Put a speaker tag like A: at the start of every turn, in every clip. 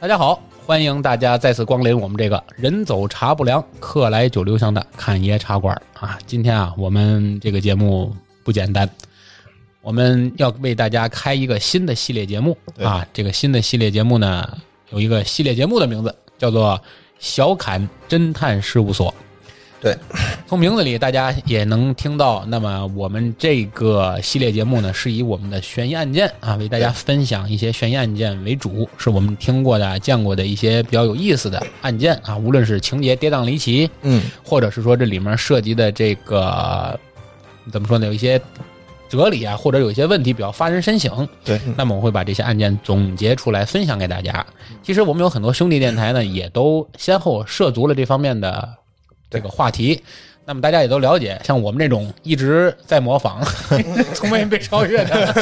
A: 大家好，欢迎大家再次光临我们这个“人走茶不凉，客来酒留香”的侃爷茶馆啊！今天啊，我们这个节目不简单，我们要为大家开一个新的系列节目
B: 对
A: 啊！这个新的系列节目呢，有一个系列节目的名字叫做“小侃侦探事务所”。
B: 对，
A: 从名字里大家也能听到，那么我们这个系列节目呢，是以我们的悬疑案件啊，为大家分享一些悬疑案件为主，是我们听过的、见过的一些比较有意思的案件啊，无论是情节跌宕离奇，
B: 嗯，
A: 或者是说这里面涉及的这个怎么说呢，有一些哲理啊，或者有一些问题比较发人深省，
B: 对，
C: 嗯
A: 那么我会把这些案件总结出来分享给大家。其实我们有很多兄弟电台呢，也都先后涉足了这方面的这个话题。那么大家也都了解，像我们这种一直在模仿、 从未被超越的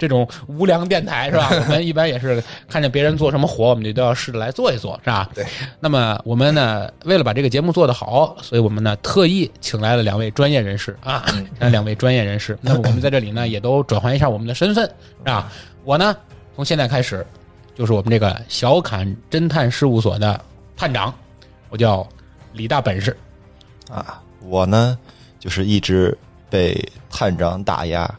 A: 这种无良电台，是吧？我们一般也是看见别人做什么火，我们就都要试着来做一做，是吧？
B: 对。
A: 那么我们呢，为了把这个节目做得好，所以我们呢特意请来了两位专业人士啊，那两位专业人士。那么我们在这里呢，也都转换一下我们的身份，是吧？我呢，从现在开始就是我们这个小侃侦探事务所的探长，我叫李大本事。
B: 啊，我呢就是一直被探长打压，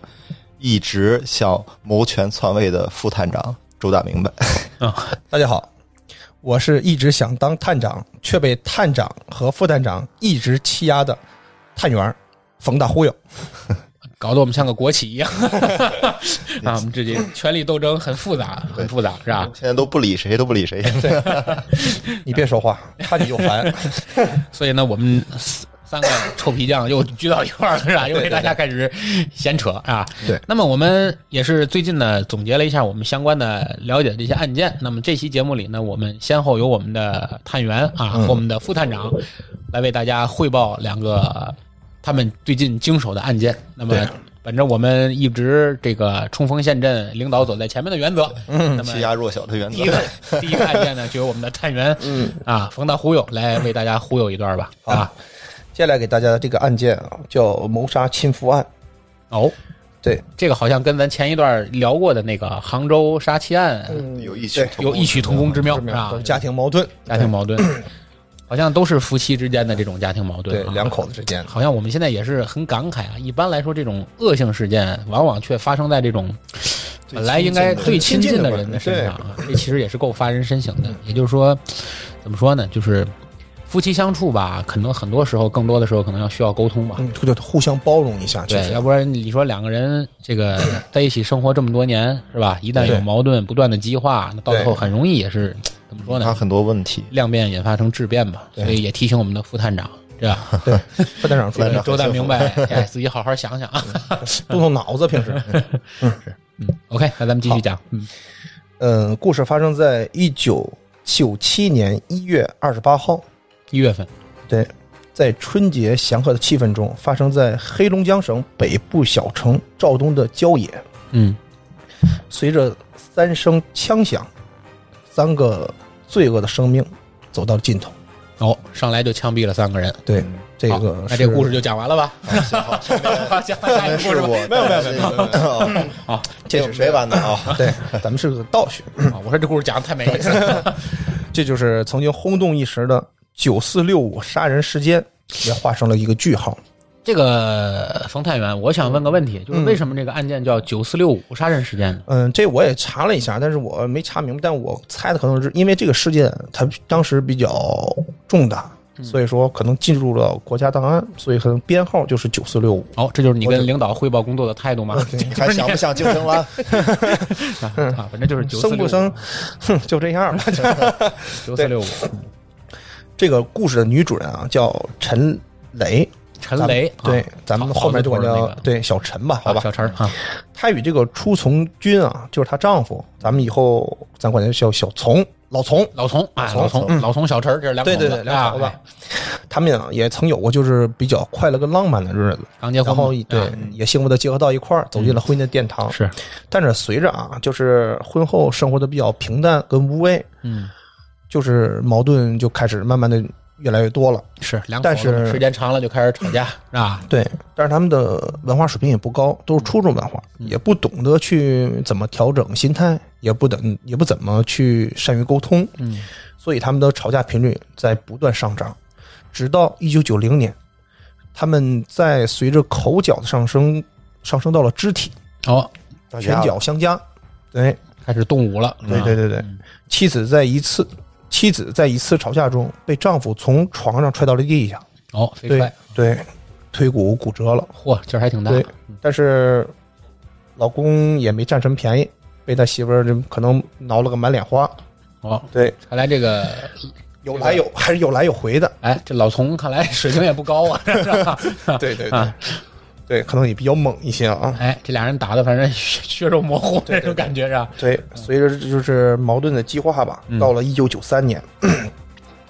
B: 一直想谋权篡位的副探长周大明白。
A: 啊
C: 大家好，我是一直想当探长，却被探长和副探长一直欺压的探员儿冯大忽悠。
A: 搞得我们像个国企一样啊！我们自己权力斗争很复杂，很复杂，是吧？
B: 现在都不理谁，都不 理谁。
C: 你别说话，看你就 烦。
A: 所以呢，我们三三个臭皮匠又聚到一块儿了，是吧？又给大家开始闲扯啊。
B: 对。
A: 那么我们也是最近呢，总结了一下我们相关的了解的这些案件。那么这期节目里呢，我们先后由我们的探员啊
B: 嗯
A: 和我们的副探长来为大家汇报两个他们最近经手的案件。那么
B: 对。
A: 本着我们一直这个冲锋陷阵、领导走在前面的原则，嗯，那么
B: 欺压弱小的原
A: 第一个
B: 则。
A: 第一个案件呢，就由我们的探员，嗯啊，冯大忽悠来为大家忽悠一段吧，啊，
C: 接下来给大家的这个案件啊，叫谋杀亲夫案。
A: 哦，
C: 对，
A: 这个好像跟咱前一段聊过的那个杭州杀妻案
B: 有异曲同
A: 有异曲嗯同工之妙，是吧
C: 都？是家庭矛盾，
A: 家庭矛盾，好像都是夫妻之间的这种家庭矛盾
C: 对
A: 啊，
C: 两口子之间。
A: 好像我们现在也是很感慨啊。一般来说，这种恶性事件往往却发生在这种
B: 最
A: 本来应该最亲近的人的身
C: 亲近的
A: 上啊，这其实也是够发人深省的。也就是说，怎么说呢？就是夫妻相处吧，可能很多时候，更多的时候可能要需要沟通吧。
C: 嗯，就互相包容一下。其
A: 对，
C: 实
A: 要不然你说两个人这个在一起生活这么多年是吧？一旦有
C: 对
A: 矛盾，不断的激化，那到最后很容易也是怎么说
B: 他
A: 呢？
B: 很多问题。
A: 量变引发成质变吧。所以也提醒我们的副探长，这样
C: 副探长说
B: 探长
A: 周
B: 很
A: 大
B: 幸福
A: 明白，哎，自己好好想想啊。
C: 动动脑子，平时。
A: 嗯，OK，那咱们继续讲。嗯，
C: 嗯，故事发生在一九九七年一月二十八号。
A: 一月份，
C: 对，在春节祥和的气氛中，发生在黑龙江省北部小城肇东的郊野。
A: 嗯，
C: 随着三声枪响，三个罪恶的生命走到了尽头。
A: 哦，上来就枪毙了三个人。
C: 对，这
A: 嗯好
C: 个
A: 那这
C: 是
A: 故事就讲完了吧？ 好，讲下一个故
B: 是
A: 事
B: 我
A: 吧。
B: 没有没有没有
C: 嗯
B: 没有，啊这是谁玩的啊？
C: 对，咱们是个倒叙，
A: 啊我说这故事讲的太没意思了。
C: 这就是曾经轰动一时的九四六五杀人事件，也画上了一个句号。
A: 这个冯探员，我想问个问题，就是为什么这个案件叫九四六五杀人事件呢？
C: 嗯，这我也查了一下，但是我没查明白，但我猜的可能是因为这个事件它当时比较重大，
A: 嗯
C: 所以说可能进入了国家档案，所以可能编号就是九四六五。
A: 哦，这就是你跟领导汇报工作的态度吗？
B: 你还想不想竞争了？
A: 啊，反正就是九四
C: 生
A: 六
C: 不生，哼，嗯就这样 吧。
A: 九四六五，
C: 这个故事的女主人啊，叫陈雷，
A: 陈雷，
C: 咱们对
A: 啊，
C: 咱们后面就管
A: 好好
C: 叫
A: 好
C: 对小陈吧，好吧
A: 小。陈儿啊，
C: 她与这个初从军啊，就是她丈夫，咱们以后咱管她叫小从，老从。
A: 老丛啊，老丛，老丛，小陈儿，这是两口
C: 对
A: 子，
C: 对对，两口子
A: 啊，
C: 他们啊也曾有过就是比较快乐跟浪漫的日子，
A: 刚结婚啊
C: 然
A: 嘛嗯
C: 后对、也幸福的结合到一块儿，走进了婚姻的殿堂。
A: 是，
C: 但是随着啊，就是婚后生活的比较平淡跟无味，
A: 嗯，
C: 就是矛盾就开始慢慢的越来越多了。
A: 是两口
C: 但
A: 子嘛
C: 是
A: 时间长了就开始吵架啊，
C: 对，但是他们
A: 嗯
C: 的文化水平也不高，都是初中文化，也不懂得去怎么调整心态，也不怎也不怎么去善于沟通，
A: 嗯，
C: 所以他们的吵架频率在不断上涨，直到一九九零年，他们在随着口角的上升，上升到了肢体，
A: 哦，
B: 打架
C: 拳脚相加。对
A: 开始动武了，嗯
C: 对对对对，妻子在一次妻子在一次吵架中被丈夫从床上踹到了地下，
A: 哦，飞
C: 对
A: 快，
C: 对，腿骨骨折了。
A: 嚯，劲儿还挺大，
C: 对，但是老公也没占什么便宜，被他媳妇儿这可能挠了个满脸花。
A: 哦，
C: 对，
A: 看来这个，
C: 有来有还是有来有回的。
A: 哎，这老丛看来水平也不 高啊，是吧？
C: 对对对
A: 啊，
C: 对，可能也比较猛一些啊。
A: 哎，这俩人打的反正血血肉模糊那种感觉是吧？
C: 对，随着就是矛盾的激化吧，
A: 嗯
C: 到了一九九三年，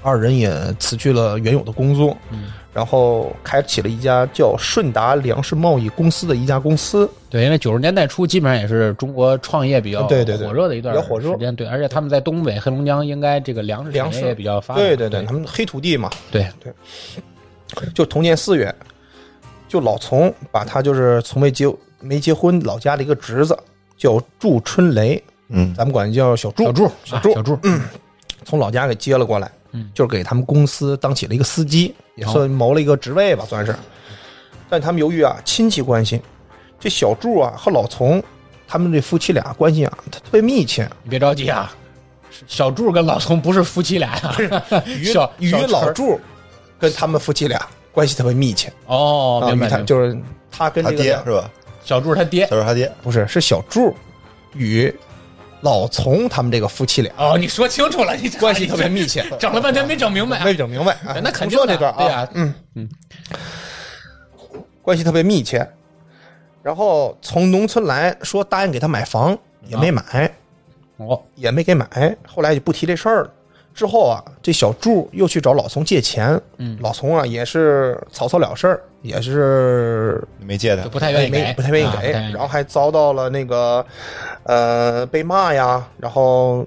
C: 二人也辞去了原有的工作，
A: 嗯
C: 然后开启了一家叫顺达粮食贸易公司的一家公司。
A: 对，因为九十年代初基本上也是中国创业比较
C: 对对对
A: 火热的一段
C: 比较火热
A: 时间，对，而且他们在东北黑龙江应该这个粮食
C: 粮
A: 产
C: 食
A: 业也比较发达，
C: 对对对，
A: 对
C: 他们黑土地嘛，
A: 对，
C: 就同年四月，就老丛把他就是从未结没结婚老家的一个侄子叫祝春雷，
B: 嗯，
C: 咱们管他叫小祝，
A: 小柱，
C: 小
A: 啊
C: 柱
A: 小柱，
C: 从老家给接了过来，
A: 嗯
C: 就是给他们公司当起了一个司机，也
A: 哦
C: 算谋了一个职位吧，算是。但他们由于啊亲戚关系，这小柱啊和老丛他们这夫妻俩关系啊，他特别密切，
A: 你别着急啊，小柱跟老丛不是夫妻俩呀，
C: 与
A: 小
C: 与
A: 小陈
C: 老柱跟他们夫妻俩关系特别密切
A: 哦，
C: 啊，
A: 明
C: 与
A: 白，
C: 他
A: 明白
C: 就是他跟
B: 他
C: 这个
B: 爹
C: 两
B: 是吧？
A: 小柱他爹
B: 他。说他爹，
C: 不是，是小柱与老丛他们这个夫妻俩
A: 哦，你说清楚了，你
C: 关系特别密切。
A: 整了半天没整明白啊
C: 没整明白啊
A: 哎，那肯定
C: 重说
A: 的
C: 这段啊，
A: 对呀
C: 嗯嗯，关系特别密切。然后从农村来说答应给他买房，也没
A: 啊
C: 买，
A: 哦，
C: 也没给买。后来就不提这事儿了。之后啊，这小柱又去找老丛借钱，
A: 嗯
C: 老丛啊也是草草了事儿，也是
B: 没借他
A: 就，不太愿意
C: 没
A: 给，
C: 不太愿意
A: 啊
C: 给，
A: 愿意
C: 然后还遭到了那个呃被骂呀，然后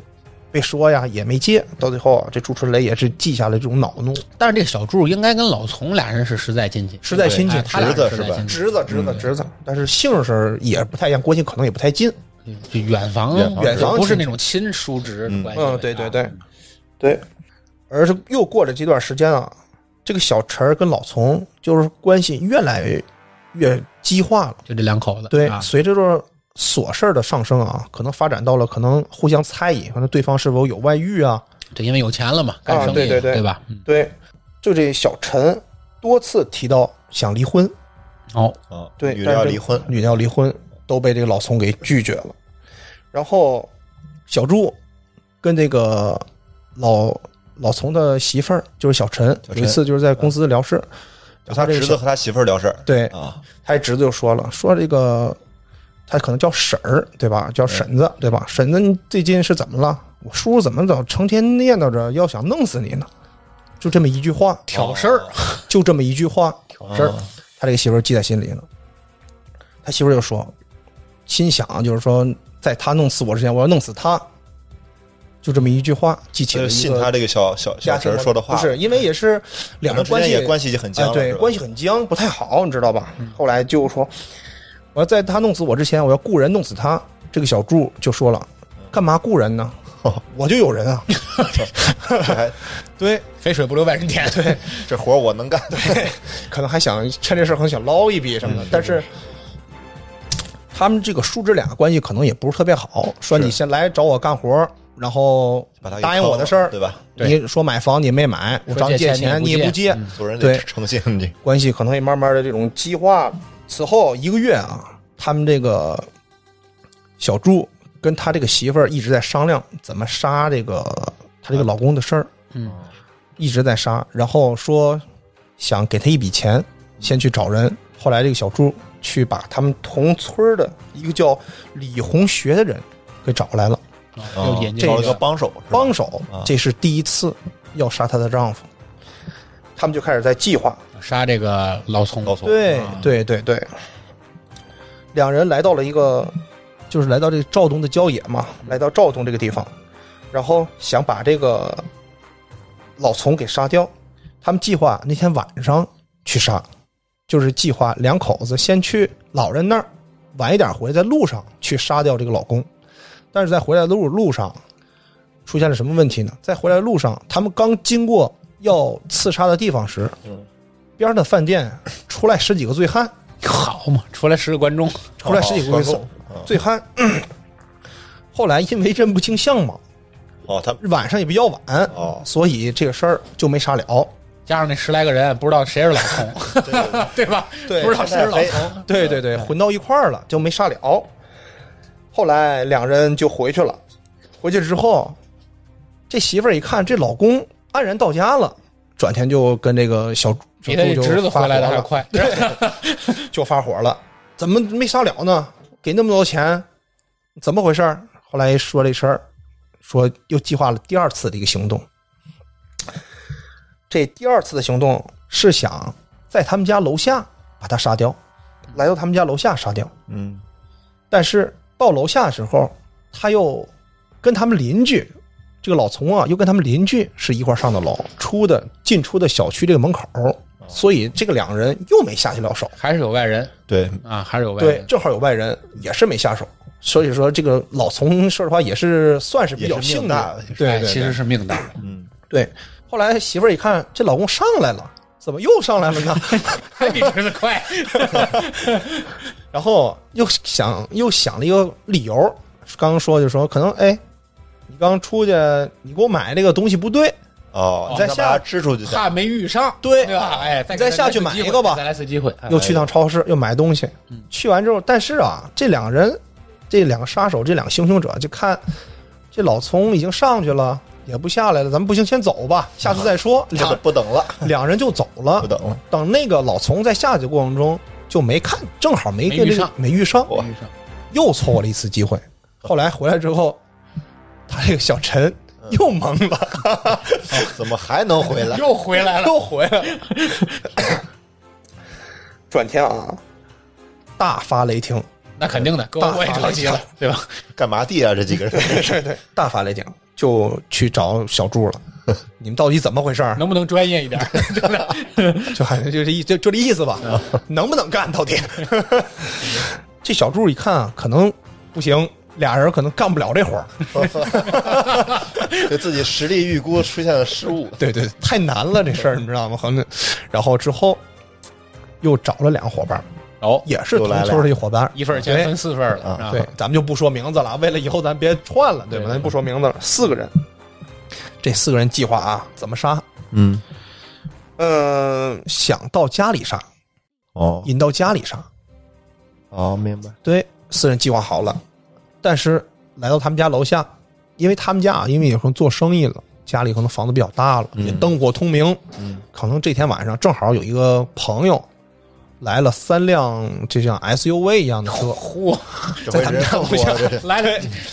C: 被说呀，也没接。到最后啊，这朱春雷也是记下了这种恼怒，
A: 但是这个小柱应该跟老丛俩人是实在亲戚，
C: 实在亲戚
A: 哎他俩
B: 侄子
A: 实在
B: 是吧
A: 亲戚，
C: 侄子侄子侄子，但是姓氏也不太一样，关系可能也不太近。
A: 就远房
B: 远房
C: 远房
A: 不是
C: 亲戚
A: 那种亲叔侄的啊
B: 嗯
A: 关系。
C: 嗯，
A: 吧
C: 对对对，对。而是又过了这段时间啊，这个小陈儿跟老丛就是关系越来越越激化了。
A: 就这两口子，
C: 对，
A: 啊
C: 随着这琐事儿的上升啊，可能发展到了可能互相猜疑，可能对方是否有外遇啊，
A: 对，因为有钱了嘛，干生意嘛，
C: 对对对
A: 吧？嗯，
C: 对，就这小陈多次提到想离婚，
A: 哦，
B: 哦
C: 对，
B: 女的
C: 但是
B: 要
C: 这
B: 离婚，
C: 女的要离婚都被这个老丛给拒绝了。然后小朱跟这个老老丛的媳妇儿就是小陈，
B: 陈
C: 有一次就是在公司聊事，
B: 就他
C: 这个
B: 侄子和他媳妇儿聊事儿，
C: 对
B: 啊，
C: 他侄子就说了，说这个他可能叫婶儿，对吧？叫婶子，对吧？婶子，你最近是怎么了？我叔叔怎么怎么成天念叨着要想弄死你呢？就这么一句话，
A: 挑事
C: 哦
B: 哦
A: 儿，
C: 就这么一句话，
A: 挑事儿，
C: 他这个媳妇儿记在心里了。他媳妇儿就说，心想就是说，在他弄死我之前，我要弄死他。就这么一句话，激起
B: 他
C: 了一个
B: 就信他这个小小
C: 家
B: 小
C: 庭
B: 侄儿说的话，
C: 不是因为也是两
B: 两
C: 人
B: 个
C: 关系
B: 也关系就很僵
C: 啊，
B: 了，
C: 对，
B: 是吧嗯
C: 关系很僵，不太好，你知道吧？后来就说，我要在他弄死我之前，我要雇人弄死他。这个小柱就说了，
B: 嗯
C: 干嘛雇人 呢？我就有人啊，
B: 这还
C: 对，
A: 肥水不流外人田， 对，
B: 这活儿我能干，
C: 可能还想趁这事儿，可能想捞一笔什
A: 嗯
C: 么的，但是。他们这个叔侄俩关系可能也不是特别好，说你先来找我干活儿，然后
B: 把他给
C: 答应
B: 坑
C: 我的
B: 了
C: 事儿，
B: 对吧？
A: 对
C: 你说买房你没买，我
A: 说
C: 找你
A: 借
C: 借
A: 钱
C: 钱
A: 你
C: 你
A: 也
C: 也
A: 不
C: 不
A: 借
C: 借，
A: 嗯
B: 做人
C: 对
B: 得诚信，你
C: 关系可能也慢慢的这种激化。此后一个月啊，他们这个小朱跟他这个媳妇儿一直在商量怎么杀这个他这个老公的事儿，
A: 嗯，
C: 一直在杀，然后说想给他一笔钱，先去找人。后来这个小朱去把他们同村儿的一个叫李红学的人给找来了，
A: 啊
B: 啊
A: 又引进
B: 找
C: 哦
A: 一
B: 了个
A: 个
B: 帮手，是吧
C: 帮手
B: 啊，
C: 这是第一次要杀她的丈夫。他们就开始在计划，
A: 杀这个老丛，
B: 告诉我，
C: 对
A: 啊
C: 对对对，两人来到了一个，就是来到这个肇东的郊野嘛，来到肇东这个地方，然后想把这个老丛给杀掉。他们计划那天晚上去杀，就是计划两口子先去老人那儿，晚一点回来，在路上去杀掉这个老公。但是在回来的路路上出现了什么问题呢？在回来的路上，他们刚经过要刺杀的地方时，边上的饭店出来十几个醉汉，
A: 好嘛，出来十个观众，
C: 出来十几个
B: 观
C: 醉汉
A: 哦
B: 众，嗯
C: 醉汉。 后来因为认不清相貌，
B: 哦，他
C: 晚上也比较晚，
B: 哦，
C: 所以这个事儿就没杀了。
A: 加上那十来个人，不知道谁 是老丛，对吧？
C: 对
A: 不知道谁是老
B: 哎
A: 丛。
C: 对对对，混到一块儿了，就没杀了。后来两人就回去了，回去之后，这媳妇儿一看这老公安然到家了，转天就跟这个小小
A: 比他
C: 杜就
A: 侄子
C: 发
A: 回来的
C: 火
A: 还
C: 了，
A: 快，
C: 就发火了，怎么没杀了呢？给那么多钱，怎么回事儿？后来说这事儿，说又计划了第二次的一个行动。这第二次的行动是想在他们家楼下把他杀掉，来到他们家楼下杀掉。
B: 嗯，
C: 但是到楼下的时候，他又跟他们邻居，这个老丛啊，又跟他们邻居是一块儿上的楼，出的进出的小区这个门口，所以这个两人又没下去了手。
A: 还是有外人
B: 对，
A: 啊，还是有外
C: 对
A: 人，。
C: 正好有外人也是没下手，所以说这个老丛说实话也是算是比较
B: 也是
C: 幸
B: 命
C: 运
B: 大
C: 的
B: 的，
C: 对
A: 哎
C: 对
A: 其实
C: 对
A: 是命大。
B: 嗯，
C: 对。后来媳妇儿一看，这老公上来了，怎么又上来了呢？
A: 还比侄子 快，
C: 然后又想又想了一个理由，刚刚说就说可能哎，你刚出去，你给我买这个东西不对，
A: 哦
B: 哦，你再
A: 那
B: 下来支出去再，
A: 怕没遇上，
C: 对
A: 对吧？哎，再
C: 你再
A: 给他
C: 下去
A: 次
C: 买
A: 机会
C: 一个吧
A: 再来次机会，哎
C: 又去趟超市又买东西，
B: 嗯
C: 去完之后，但是啊，这两个人，这两个杀手，这两个行凶者，就看这老丛已经上去了，也不下来了，咱们不行，先走吧，下次再 说。
B: 不
C: 两
B: 等不等了，
C: 两人就走
B: 不
C: 了，
B: 等
A: 哦
B: 了，
C: 等那个老丛在下去的过程中就没看，正好没
A: 没
C: 跟
A: 遇
C: 这个
A: 上
C: 没遇上，
A: 哎没遇上，
C: 又错过了一次机会。后来回来之后，他这个小陈又懵了。
B: 怎么还能回来？
A: 又回来了，
C: 又回来了。转天啊，大发雷霆，
A: 那肯定的，哥
C: 大
A: 我也着急了，对吧？
B: 干嘛地啊？这几个人，
C: 大发雷霆，就去找小柱了。你们到底怎么回事儿？
A: 能不能专业一点？ 真的，
C: 就还就这意就就这意思吧，能不能干到底？这小柱一看啊，可能不行，俩人可能干不了这活儿。
B: 对自己实力预估出现了失误，
C: 对对，太难了这
A: 嗯
C: 事儿，你知道吗？可能，然后之后又找了两个伙伴儿，
A: 哦，
C: 也是
B: 又
C: 同
B: 来
C: 村儿的一伙伴儿，哎
A: 一份钱分四份了，
B: 啊
A: 是吧
C: 对，咱们就不说名字了，为了以后咱别串了，对吧？
A: 对
C: 咱不说名字了。四个人，这四个人计划啊，怎么杀？
B: 嗯，
A: 呃
C: 嗯，想到家里杀，
B: 哦
C: 引到家里杀。
B: 哦，明白，
C: 对，四人计划好了，但是来到他们家楼下，因为他们家啊，因为有时候做生意了，家里可能房子比较大了，也灯火通明，
B: 嗯，
C: 可能这天晚上正好有一个朋友来了三辆这像 SUV 一样的车，
A: 嚯，
B: 这回人更多了，这是
A: 来了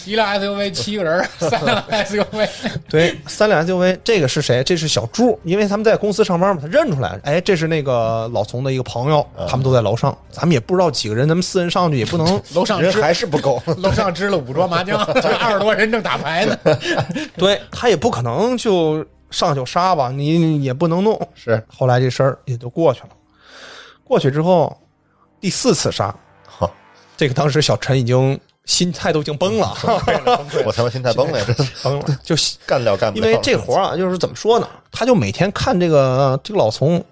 A: 一辆 SUV 七个人 儿，三辆 SUV，
C: 对，三两 SUV，这个是谁？这是小朱，因为他们在公司上班嘛，他认出来了，哎，这是那个老丛的一个朋友，他们都在楼上，咱们也不知道几个人，咱们四人上去也不能
A: 楼上
B: 人
A: 支
B: 还是不够，
A: 楼上支了五桌 麻将，这二十多人正打牌呢，
C: 对他也不可能就上就杀吧，你你也不能弄。
B: 是
C: 后来这事儿也就过去了。过去之后，第四次杀，
B: 好
C: 这个当时小陈已经心态都已经崩 了，
B: 我他妈心态崩了，这
C: 崩了， 就
B: 干得了干不
C: 因
B: 了，
C: 为这活儿啊，就是怎么说呢？他就每天看这个这个老丛，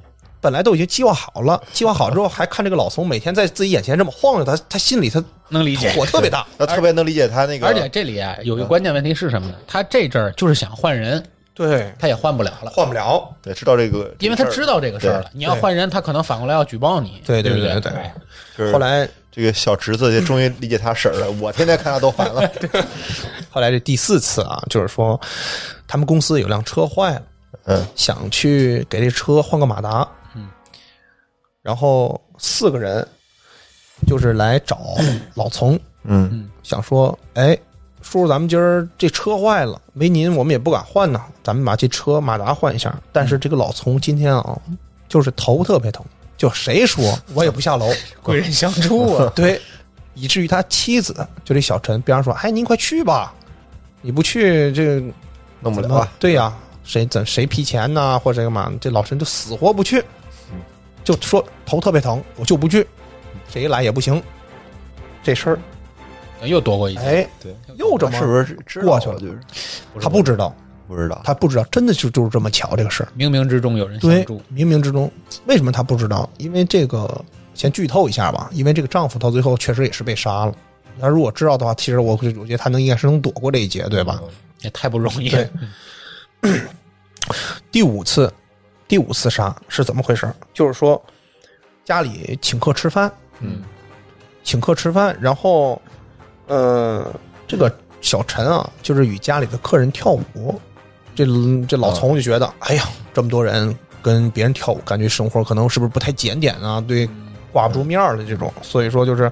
C: 本来都已经计划好了，计划好之后还看这个老丛每天在自己眼前这么晃悠，他他心里他
A: 能理解。
C: 火特别大。
B: 那特别能理解他那个，
A: 而且这里啊，有一个关键问题是什么呢？他这阵儿就是想换人，
C: 对，
A: 他也换不了了，
C: 换不了。
B: 对知道这个，
A: 因为他知道这个事儿了。你要换人，他可能反过来要举报你。
C: 对
A: 对
C: 对
A: 不
C: 对对
A: 对
C: 对
B: 就是
C: 后来
B: 这个小侄子也终于理解他婶儿了，我天天看他都烦了，
C: 后来这第四次啊，就是说他们公司有辆车坏了，
B: 嗯，
C: 想去给这车换个马达。
A: 嗯，
C: 然后四个人就是来找老丛。
B: 嗯
C: 想说，哎，叔叔，咱们今儿这车坏了，没您我们也不敢换呢，咱们把这车马达换一下。但是这个老丛今天啊，就是头特别疼，就谁说我也不下楼，
A: 贵人相助 啊，
C: 对，以至于他妻子就这小陈边上说，哎，您快去吧，你不去这个
B: 弄不
C: 怎
B: 了
C: 么
B: 啊，
C: 对呀、谁怎谁批钱呐、或者干嘛？这老陈就死活不去，
B: 嗯
C: 就说头特别疼，我就不去，谁来也不行。这事儿
A: 又躲过一劫。
C: 哎，
B: 对，
C: 又这么
B: 嗯是不是知道
C: 过去了
B: 就是
C: 他不知道，
B: 不知道，
C: 他不知道，真的就就是这么巧这个事儿。
A: 冥冥之中有人相
C: 对
A: 助，，
C: 冥冥之中，为什么他不知道？因为这个，先剧透一下吧。因为这个丈夫到最后确实也是被杀了。他如果知道的话，其实我我觉得他能应该是能躲过这一劫，对吧？
A: 也太不容易了
C: 对。第五次，第五次杀是怎么回事儿？就是说，家里请客吃饭，
A: 嗯，
C: 请客吃饭，然后，嗯，这个小陈啊，就是与家里的客人跳舞。这这老丛就觉得，哎呀，这么多人跟别人跳舞，感觉生活可能是不是不太检点啊？对，挂不住面儿的这种，所以说就是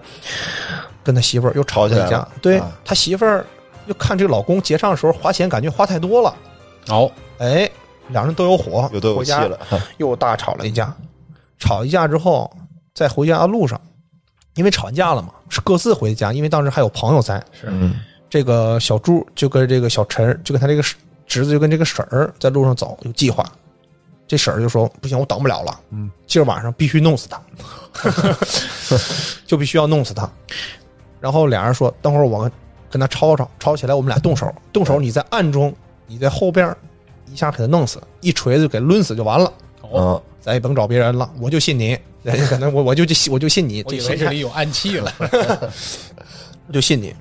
C: 跟他媳妇儿又吵
B: 吵起来
C: 架。
B: 了
C: 对
B: 啊
C: 他媳妇儿又看这个老公结账的时候花钱，感觉花太多了，
A: 哦，
C: 哎，两人都有火，
B: 有都有
C: 回
B: 气
C: 家
B: 了，
C: 又大吵了一架。吵一架之后，在回家的路上，因为吵完架了嘛，是各自回家，因为当时还有朋友在。
A: 是
B: 嗯，
C: 这个小朱就跟这个小陈，就跟他这个侄子，就跟这个婶儿在路上走，有计划。这婶儿就说：“不行，我等不了了，
B: 嗯，
C: 今儿晚上必须弄死他， 就必须要弄死他。”然后俩人说：“等会儿我跟他吵吵，吵起来我们俩动手，动手你在暗中，你在后边儿一下给他弄死，一锤子给抡死就完了。”
A: 哦，
B: 嗯，
C: 咱也甭找别人了，我就信你。 人家可能我我就我就信你，
A: 我
C: 这
A: 以为
C: 心
A: 这
C: 态
A: 里有暗器了。
C: 我就信你。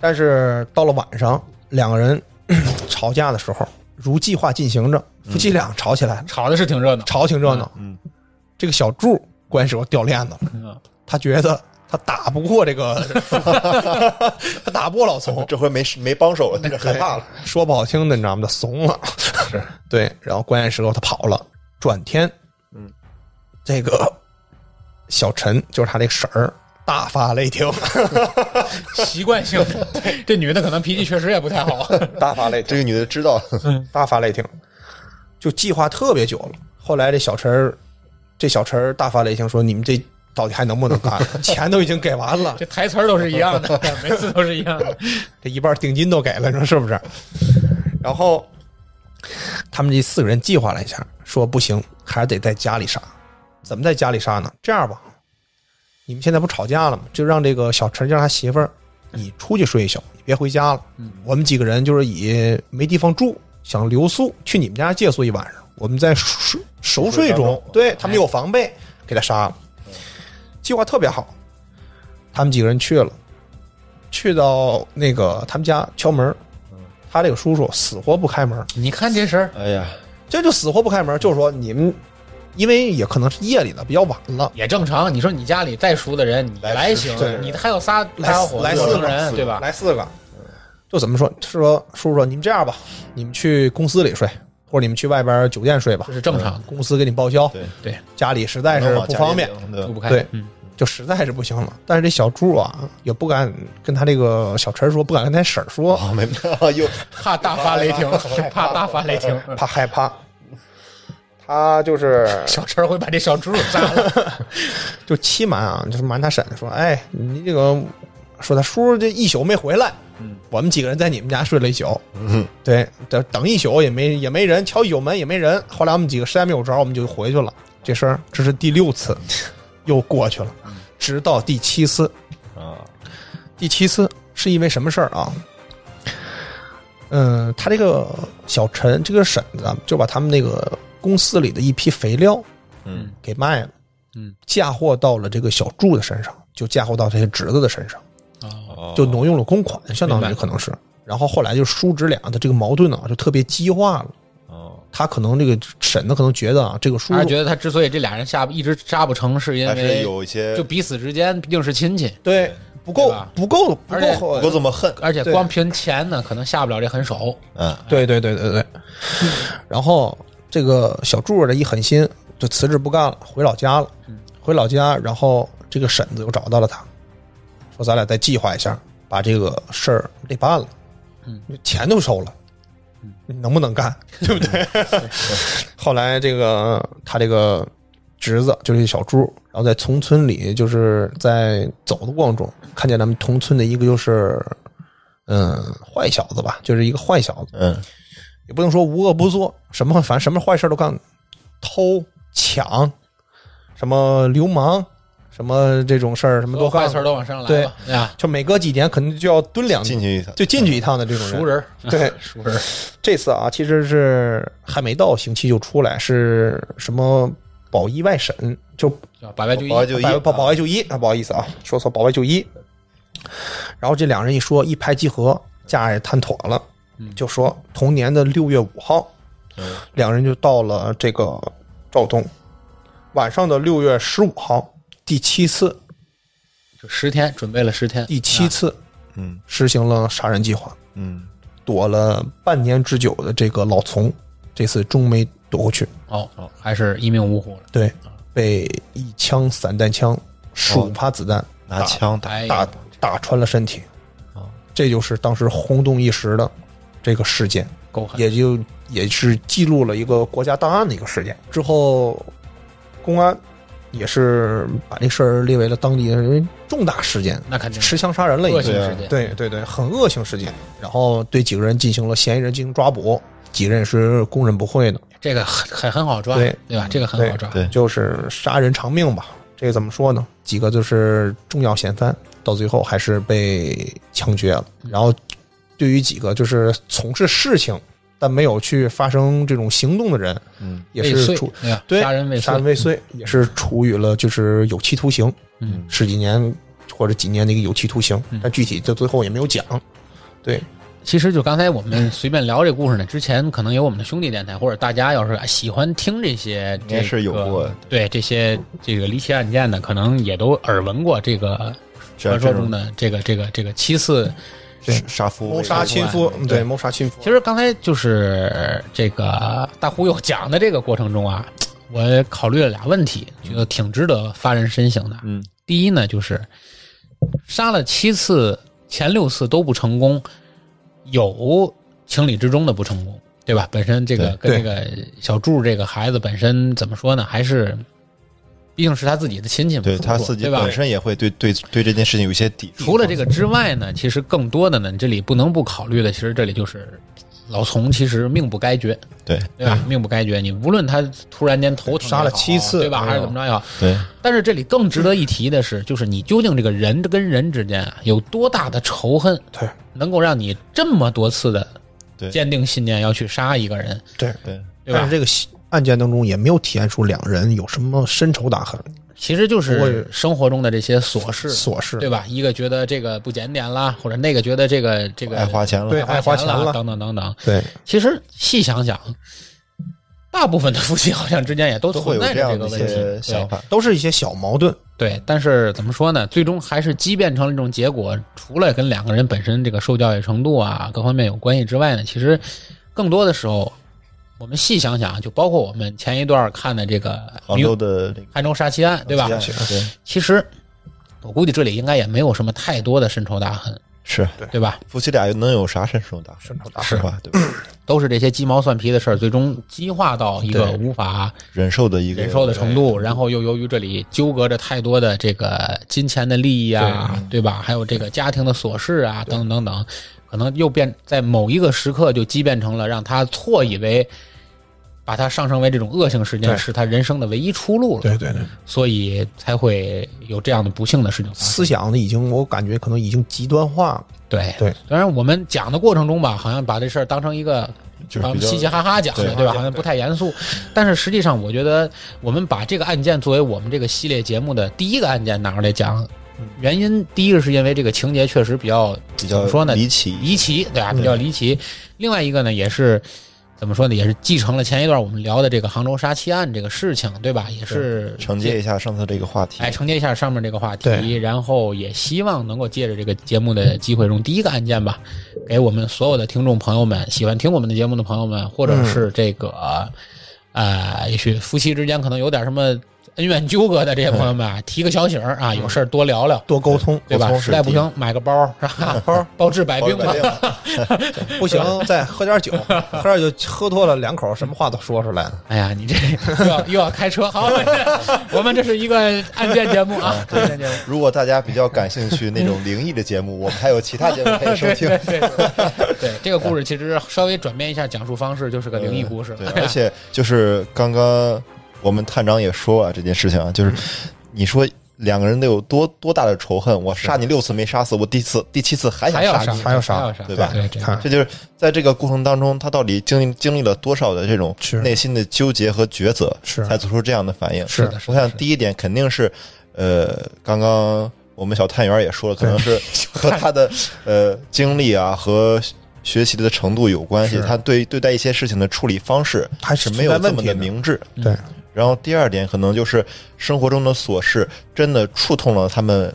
C: 但是到了晚上，两个人 吵架的时候，如计划进行着，夫妻俩吵起来了，
A: 吵的是挺热闹，
C: 吵挺热闹。
B: 嗯，
C: 这个小柱关手掉链子了，
A: 嗯
C: 他觉得他打不过这个， 他打不过老怂，
B: 这回没没帮手了，有点害怕了，
C: 说不好听的，你知道吗？他怂了，
A: 是
C: 对。然后关键时刻他跑了，转天，
B: 嗯，
C: 这个小陈就是他这个婶儿大发雷霆，
A: 习惯性的。 这女的可能脾气确实也不太好。
C: 大发雷霆，
B: 这个女的知道，
C: 大发雷霆，就计划特别久了。后来这小陈儿，这小陈儿大发雷霆说：“你们这到底还能不能干？ 钱都已经给完了，
A: 这台词儿都是一样的，每次都是一样 的。
C: 这一半定金都给了，你说是不是？然后他们这四个人计划了一下，说不行，还是得在家里杀。怎么在家里杀呢？这样吧，你们现在不吵架了吗？就让这个小陈叫他媳妇儿，你出去睡一宿，你别回家了。我们几个人就是以没地方住，想留宿，去你们家借宿一晚上。我们在熟熟睡
B: 熟睡当
C: 中哎
B: 中，
C: 对他们有防备，给他杀了。计划特别好，他们几个人去了。去到那个他们家敲门，他这个叔叔死活不开门，
A: 你看这事儿，
B: 哎呀，
C: 这就死活不开门，就是说你们，因为也可能是夜里了，比较晚了，
A: 也正常。你说你家里再熟的人，你
B: 来
A: 来行
B: 是是，
A: 你还有仨
C: 来
A: 搭伙
C: 来
A: 四
C: 四
A: 个
C: 个
A: 人，对吧？
C: 来四个，就怎么说？是说叔叔说你们这样吧，你们去公司里睡，或者你们去外边酒店睡吧
A: 这，
C: 呃
A: 是正常的，
C: 公司给你报销，
B: 对，
A: 对，
C: 家里实在是不方便，
B: 能往家里领，
A: 住不
B: 对
A: 开。
B: 吧，
C: 对
A: 嗯，
C: 就实在是不行了。但是这小柱啊，也不敢跟他这个小陈说，不敢跟他婶儿说，
B: 哦，没啊，又
A: 怕大发雷霆， 怕大发雷霆。
C: 怕害怕。他就是
A: 小陈儿会把这小猪杀了。
C: 就欺瞒啊，就是瞒他婶说，哎，你这个说他叔这一宿没回来，
A: 嗯，
C: 我们几个人在你们家睡了一宿，嗯，对，等等一宿也没也没人，敲一宿门也没人，后来我们几个实在没有招，我们就回去了。这事儿这是第六次，又过去了，直到第七次，
B: 啊，
C: 第七次是因为什么事儿啊？嗯，他这个小陈这个婶子啊就把他们那个公司里的一批肥料
B: 嗯
C: 给卖了，
A: 嗯，
C: 嫁祸到了这个小柱的身上，就嫁祸到这些侄子的身上，
A: 哦，
B: 哦
C: 就挪用了公款，相当
A: 明
C: 于
A: 白
C: 可能是。然后后来就叔侄俩的这个矛盾啊，就特别激化了。
B: 哦，
C: 他可能这个婶子可能觉得啊，这个叔
A: 还是觉得他之所以这俩人下一直杀不成，是因
B: 还是
A: 为
B: 有一些
A: 就彼此之间毕竟是亲戚，
C: 对不够
A: 对吧
C: 不够不
A: 而且
C: 够
B: 不够这么恨，
A: 而且
C: 对
A: 光凭钱呢，可能下不了这狠手。
B: 嗯，
C: 对对对对对。然后这个小柱儿的一狠心，就辞职不干了，回老家了。回老家，然后这个婶子又找到了他，说：“咱俩再计划一下，把这个事儿得办了。
A: 嗯，
C: 钱都收了，你能不能干？ 对不对？”后来这个他这个侄子就是小朱，然后在从村里就是在走的过程中，看见咱们同村的一个就是。嗯，坏小子吧，就是一个坏小子，
B: 嗯，
C: 也不能说无恶不作，什么反正什么坏事都干，偷抢，什么流氓，什么这种事儿，什么都
A: 多坏
C: 干
A: 词，儿都往身上来
C: 对
A: 了，啊对呀，
C: 就每隔几年肯定就要蹲两
B: 进去一趟，
C: 就进去一趟的这种
A: 熟人儿，
C: 对，
A: 熟人儿，
C: 这次啊，其实是还没到刑期就出来，是什么保一外审，就
A: 叫百外就医
B: 保，外就医
C: 保保
B: 啊
C: 保外就医啊，不好意思啊，说错，保外就医。然后这两人一说，一拍即合，价也谈妥了，
A: 嗯
C: 就说同年的六月五号，
B: 嗯
C: 两人就到了这个肇东。晚上的六月十五号，第七次，
A: 就十天准备了十天，
C: 第七次
B: 嗯
C: 实行了杀人计划，
B: 嗯，
C: 躲了半年之久的这个老丛，这次终没躲过去。
A: 哦，哦还是一命呜呼了，
C: 对，被一枪散弹
B: 哦
C: 枪十五发子弹
B: 拿枪打，
A: 哎呀，
C: 打打穿了身体
A: 啊
B: 哦，
C: 这就是当时轰动一时的这个事件，
A: 够狠，
C: 也就也是记录了一个国家档案的一个事件。之后，公安也是把这事儿列为了当地的因为重大事件，
A: 那肯定
C: 持枪杀人了已
A: 嗯恶
C: 经
A: 性
B: 对。啊
A: 事件，
C: 对对对，很恶性事件，然后对几个人进行了嫌疑人进行抓捕，几人也是供认不讳的。
A: 这个很很很好抓，
C: 对
A: 对
B: 嗯
A: 吧？这个很
C: 对
A: 好抓，
B: 对
C: 就是杀人偿命吧。这个怎么说呢？几个就是重要嫌犯，到最后还是被枪决了。然后，对于几个就是从事事情但没有去发生这种行动的人，
B: 嗯
C: 也
A: 未
C: 是
A: 遂
C: 处
A: 对吧？
C: 对
A: 杀人未
C: 杀人
A: 遂，
C: 未遂，也是处予了就是有期徒刑，
A: 嗯，
C: 十几年或者几年的一个有期徒刑
A: 嗯。
C: 但具体到最后也没有讲。对，
A: 其实就刚才我们随便聊这故事呢，之前可能有我们的兄弟电台，或者大家要是喜欢听这些，
B: 应
A: 这
B: 该是有
A: 个
B: 过
A: 对这些这个离奇案件呢，可能也都耳闻过这个
B: 这
A: 传
B: 这
A: 说中
B: 种
A: 的这个这个这个七次。
B: 杀杀夫
C: 谋杀亲夫
A: 对，
C: 对，谋杀亲夫。
A: 其实刚才就是呃这个大忽悠讲的这个过程中啊，我考虑了俩问题，觉得挺值得发人深省的。
B: 嗯，
A: 第一呢，就是杀了七次，前六次都不成功，有情理之中的不成功，对吧？本身这个跟
C: 对
A: 这个小柱这个孩子本身怎么说呢，还是毕竟是他自己的亲戚嘛，
B: 对
A: 叔叔
B: 他自己
A: 对吧
B: 本？身也会对对对这件事情有一些抵触。
A: 除了这个之外呢，其实更多的呢，你这里不能不考虑的，其实这里就是老丛其实命不该绝，
B: 对
A: 对吧？命不该绝，你无论他突然间头疼也好
C: 啊杀了七次
A: 对吧？
C: 哎呦
A: 还是怎么着也好，
B: 对
A: 但是这里更值得一提的是，就是你究竟这个人跟人之间啊，有多大的仇恨，
C: 对
A: 能够让你这么多次的
B: 对
A: 坚定信念要去杀一个人，
C: 对，
B: 对
A: 对
C: 但
A: 吧
C: 是？这个案件当中也没有体现出两人有什么深仇大恨。
A: 其实就
C: 不
A: 是
C: 会
A: 生活中的这些琐事，
C: 琐事，
A: 对吧？一个觉得这个不检点啦，或者那个觉得这个这个
B: 爱花钱了，
C: 对
A: 爱
C: 爱花
A: 钱
C: 钱了
A: 等等等等。
C: 对
A: 其实细想想，大部分的夫妻好像之间也都
B: 都会
A: 存在
B: 有这
A: 着这
B: 样
A: 个
B: 的一
A: 问题，
B: 些想
A: 对
B: 法。
C: 都是一些小矛盾。
A: 对。但是怎么说呢？最终还是畸变成了这种结果。除了跟两个人本身这个受教育程度啊各方面有关系之外呢，其实更多的时候，我们细想想，就包括我们前一段看的这个
B: 杭
A: 迷
B: 州的那个
A: 杭州杀妻案，对吧？
B: 对
A: 其实我估计这里应该也没有什么太多的深仇大恨，
B: 是
A: 对吧？
B: 夫妻俩能有啥深仇大
C: 深仇大
B: 恨吧？对吧？
A: 都是这些鸡毛蒜皮的事儿，最终激化到一个
C: 对
A: 无法
B: 忍受的一个
A: 忍受的程度，然后又由于这里纠葛着太多的这个金钱的利益啊，对吧？还有这个家庭的琐事啊，等等等等，可能又变在某一个时刻就激变成了让他错以为，把他上升为这种恶性事件
C: 对
A: 是他人生的唯一出路了，
C: 对对对，
A: 所以才会有这样的不幸的事情发生。
C: 思想呢已经我感觉可能已经极端化了。
A: 对
C: 对，
A: 当然我们讲的过程中吧，好像把这事儿当成一个
B: 就是
A: 啊，
B: 比较
A: 嘻嘻哈哈讲的，
B: 对
A: 对吧？好像不太严肃，但是实际上，我觉得我们把这个案件作为我们这个系列节目的第一个案件拿出来讲，原因第一个是因为这个情节确实比较怎
B: 比较
A: 么说呢
B: 离奇，嗯
A: 离奇，对吧？比较离奇。另外一个呢，也是怎么说呢？也是继承了前一段我们聊的这个杭州杀妻案这个事情，对吧？也是
B: 承接一下上次这个话题
A: 哎，，承接一下上面这个话题，
C: 对
A: 然后也希望能够借着这个节目的机会中，第一个案件吧，给我们所有的听众朋友们，喜欢听我们的节目的朋友们，或者是这个，呃，也许夫妻之间可能有点什么恩怨纠葛的这些朋友们啊，提个小醒儿啊，有事儿多聊聊，
C: 多沟通，
A: 对吧
B: 沟？通
A: 实在
B: 是
A: 不
B: 第一
A: 行，买个包儿是吧？包嗯 包治百病吧。
C: 不行再喝点 酒，喝点酒喝多了两口，什么话都说出来了。
A: 哎呀，你这又要又要开车，好，我们这我们这是一个案件节目啊，案件节目。
B: 如果大家比较感兴趣那种灵异的节目，我们还有其他节目 可以收听。
A: 对对，这个故事其实稍微转变一下讲述方式，就是个灵异故事了。
B: 对，而
A: 嗯
B: 且就是刚刚我们探长也说啊，这件事情啊，就是你说两个人得有多多大的仇恨？我杀你六次没杀死，我第次第七次还想
A: 还要
B: 杀
A: 杀，
B: 你，
C: 还要杀
A: 要杀，
B: 对吧
A: 对，这个
C: 看
B: 这就是在这个过程当中，他到底经历经历了多少的这种
C: 是
B: 内心的纠结和抉择，
C: 是
B: 才做出这样的反应。
C: 是
A: 的是的
B: 我想
A: 是的
B: 第一点肯定是，呃，刚刚我们小探员也说了，可能是和他的呃经历啊和学习的程度有关系，
C: 是
B: 他对对待一些事情的处理方式
C: 还是
B: 是没有
C: 存在
B: 这
C: 问
B: 么
C: 题的嗯
B: 的明智。
C: 对，
B: 然后第二点可能就是生活中的琐事真的触痛了他们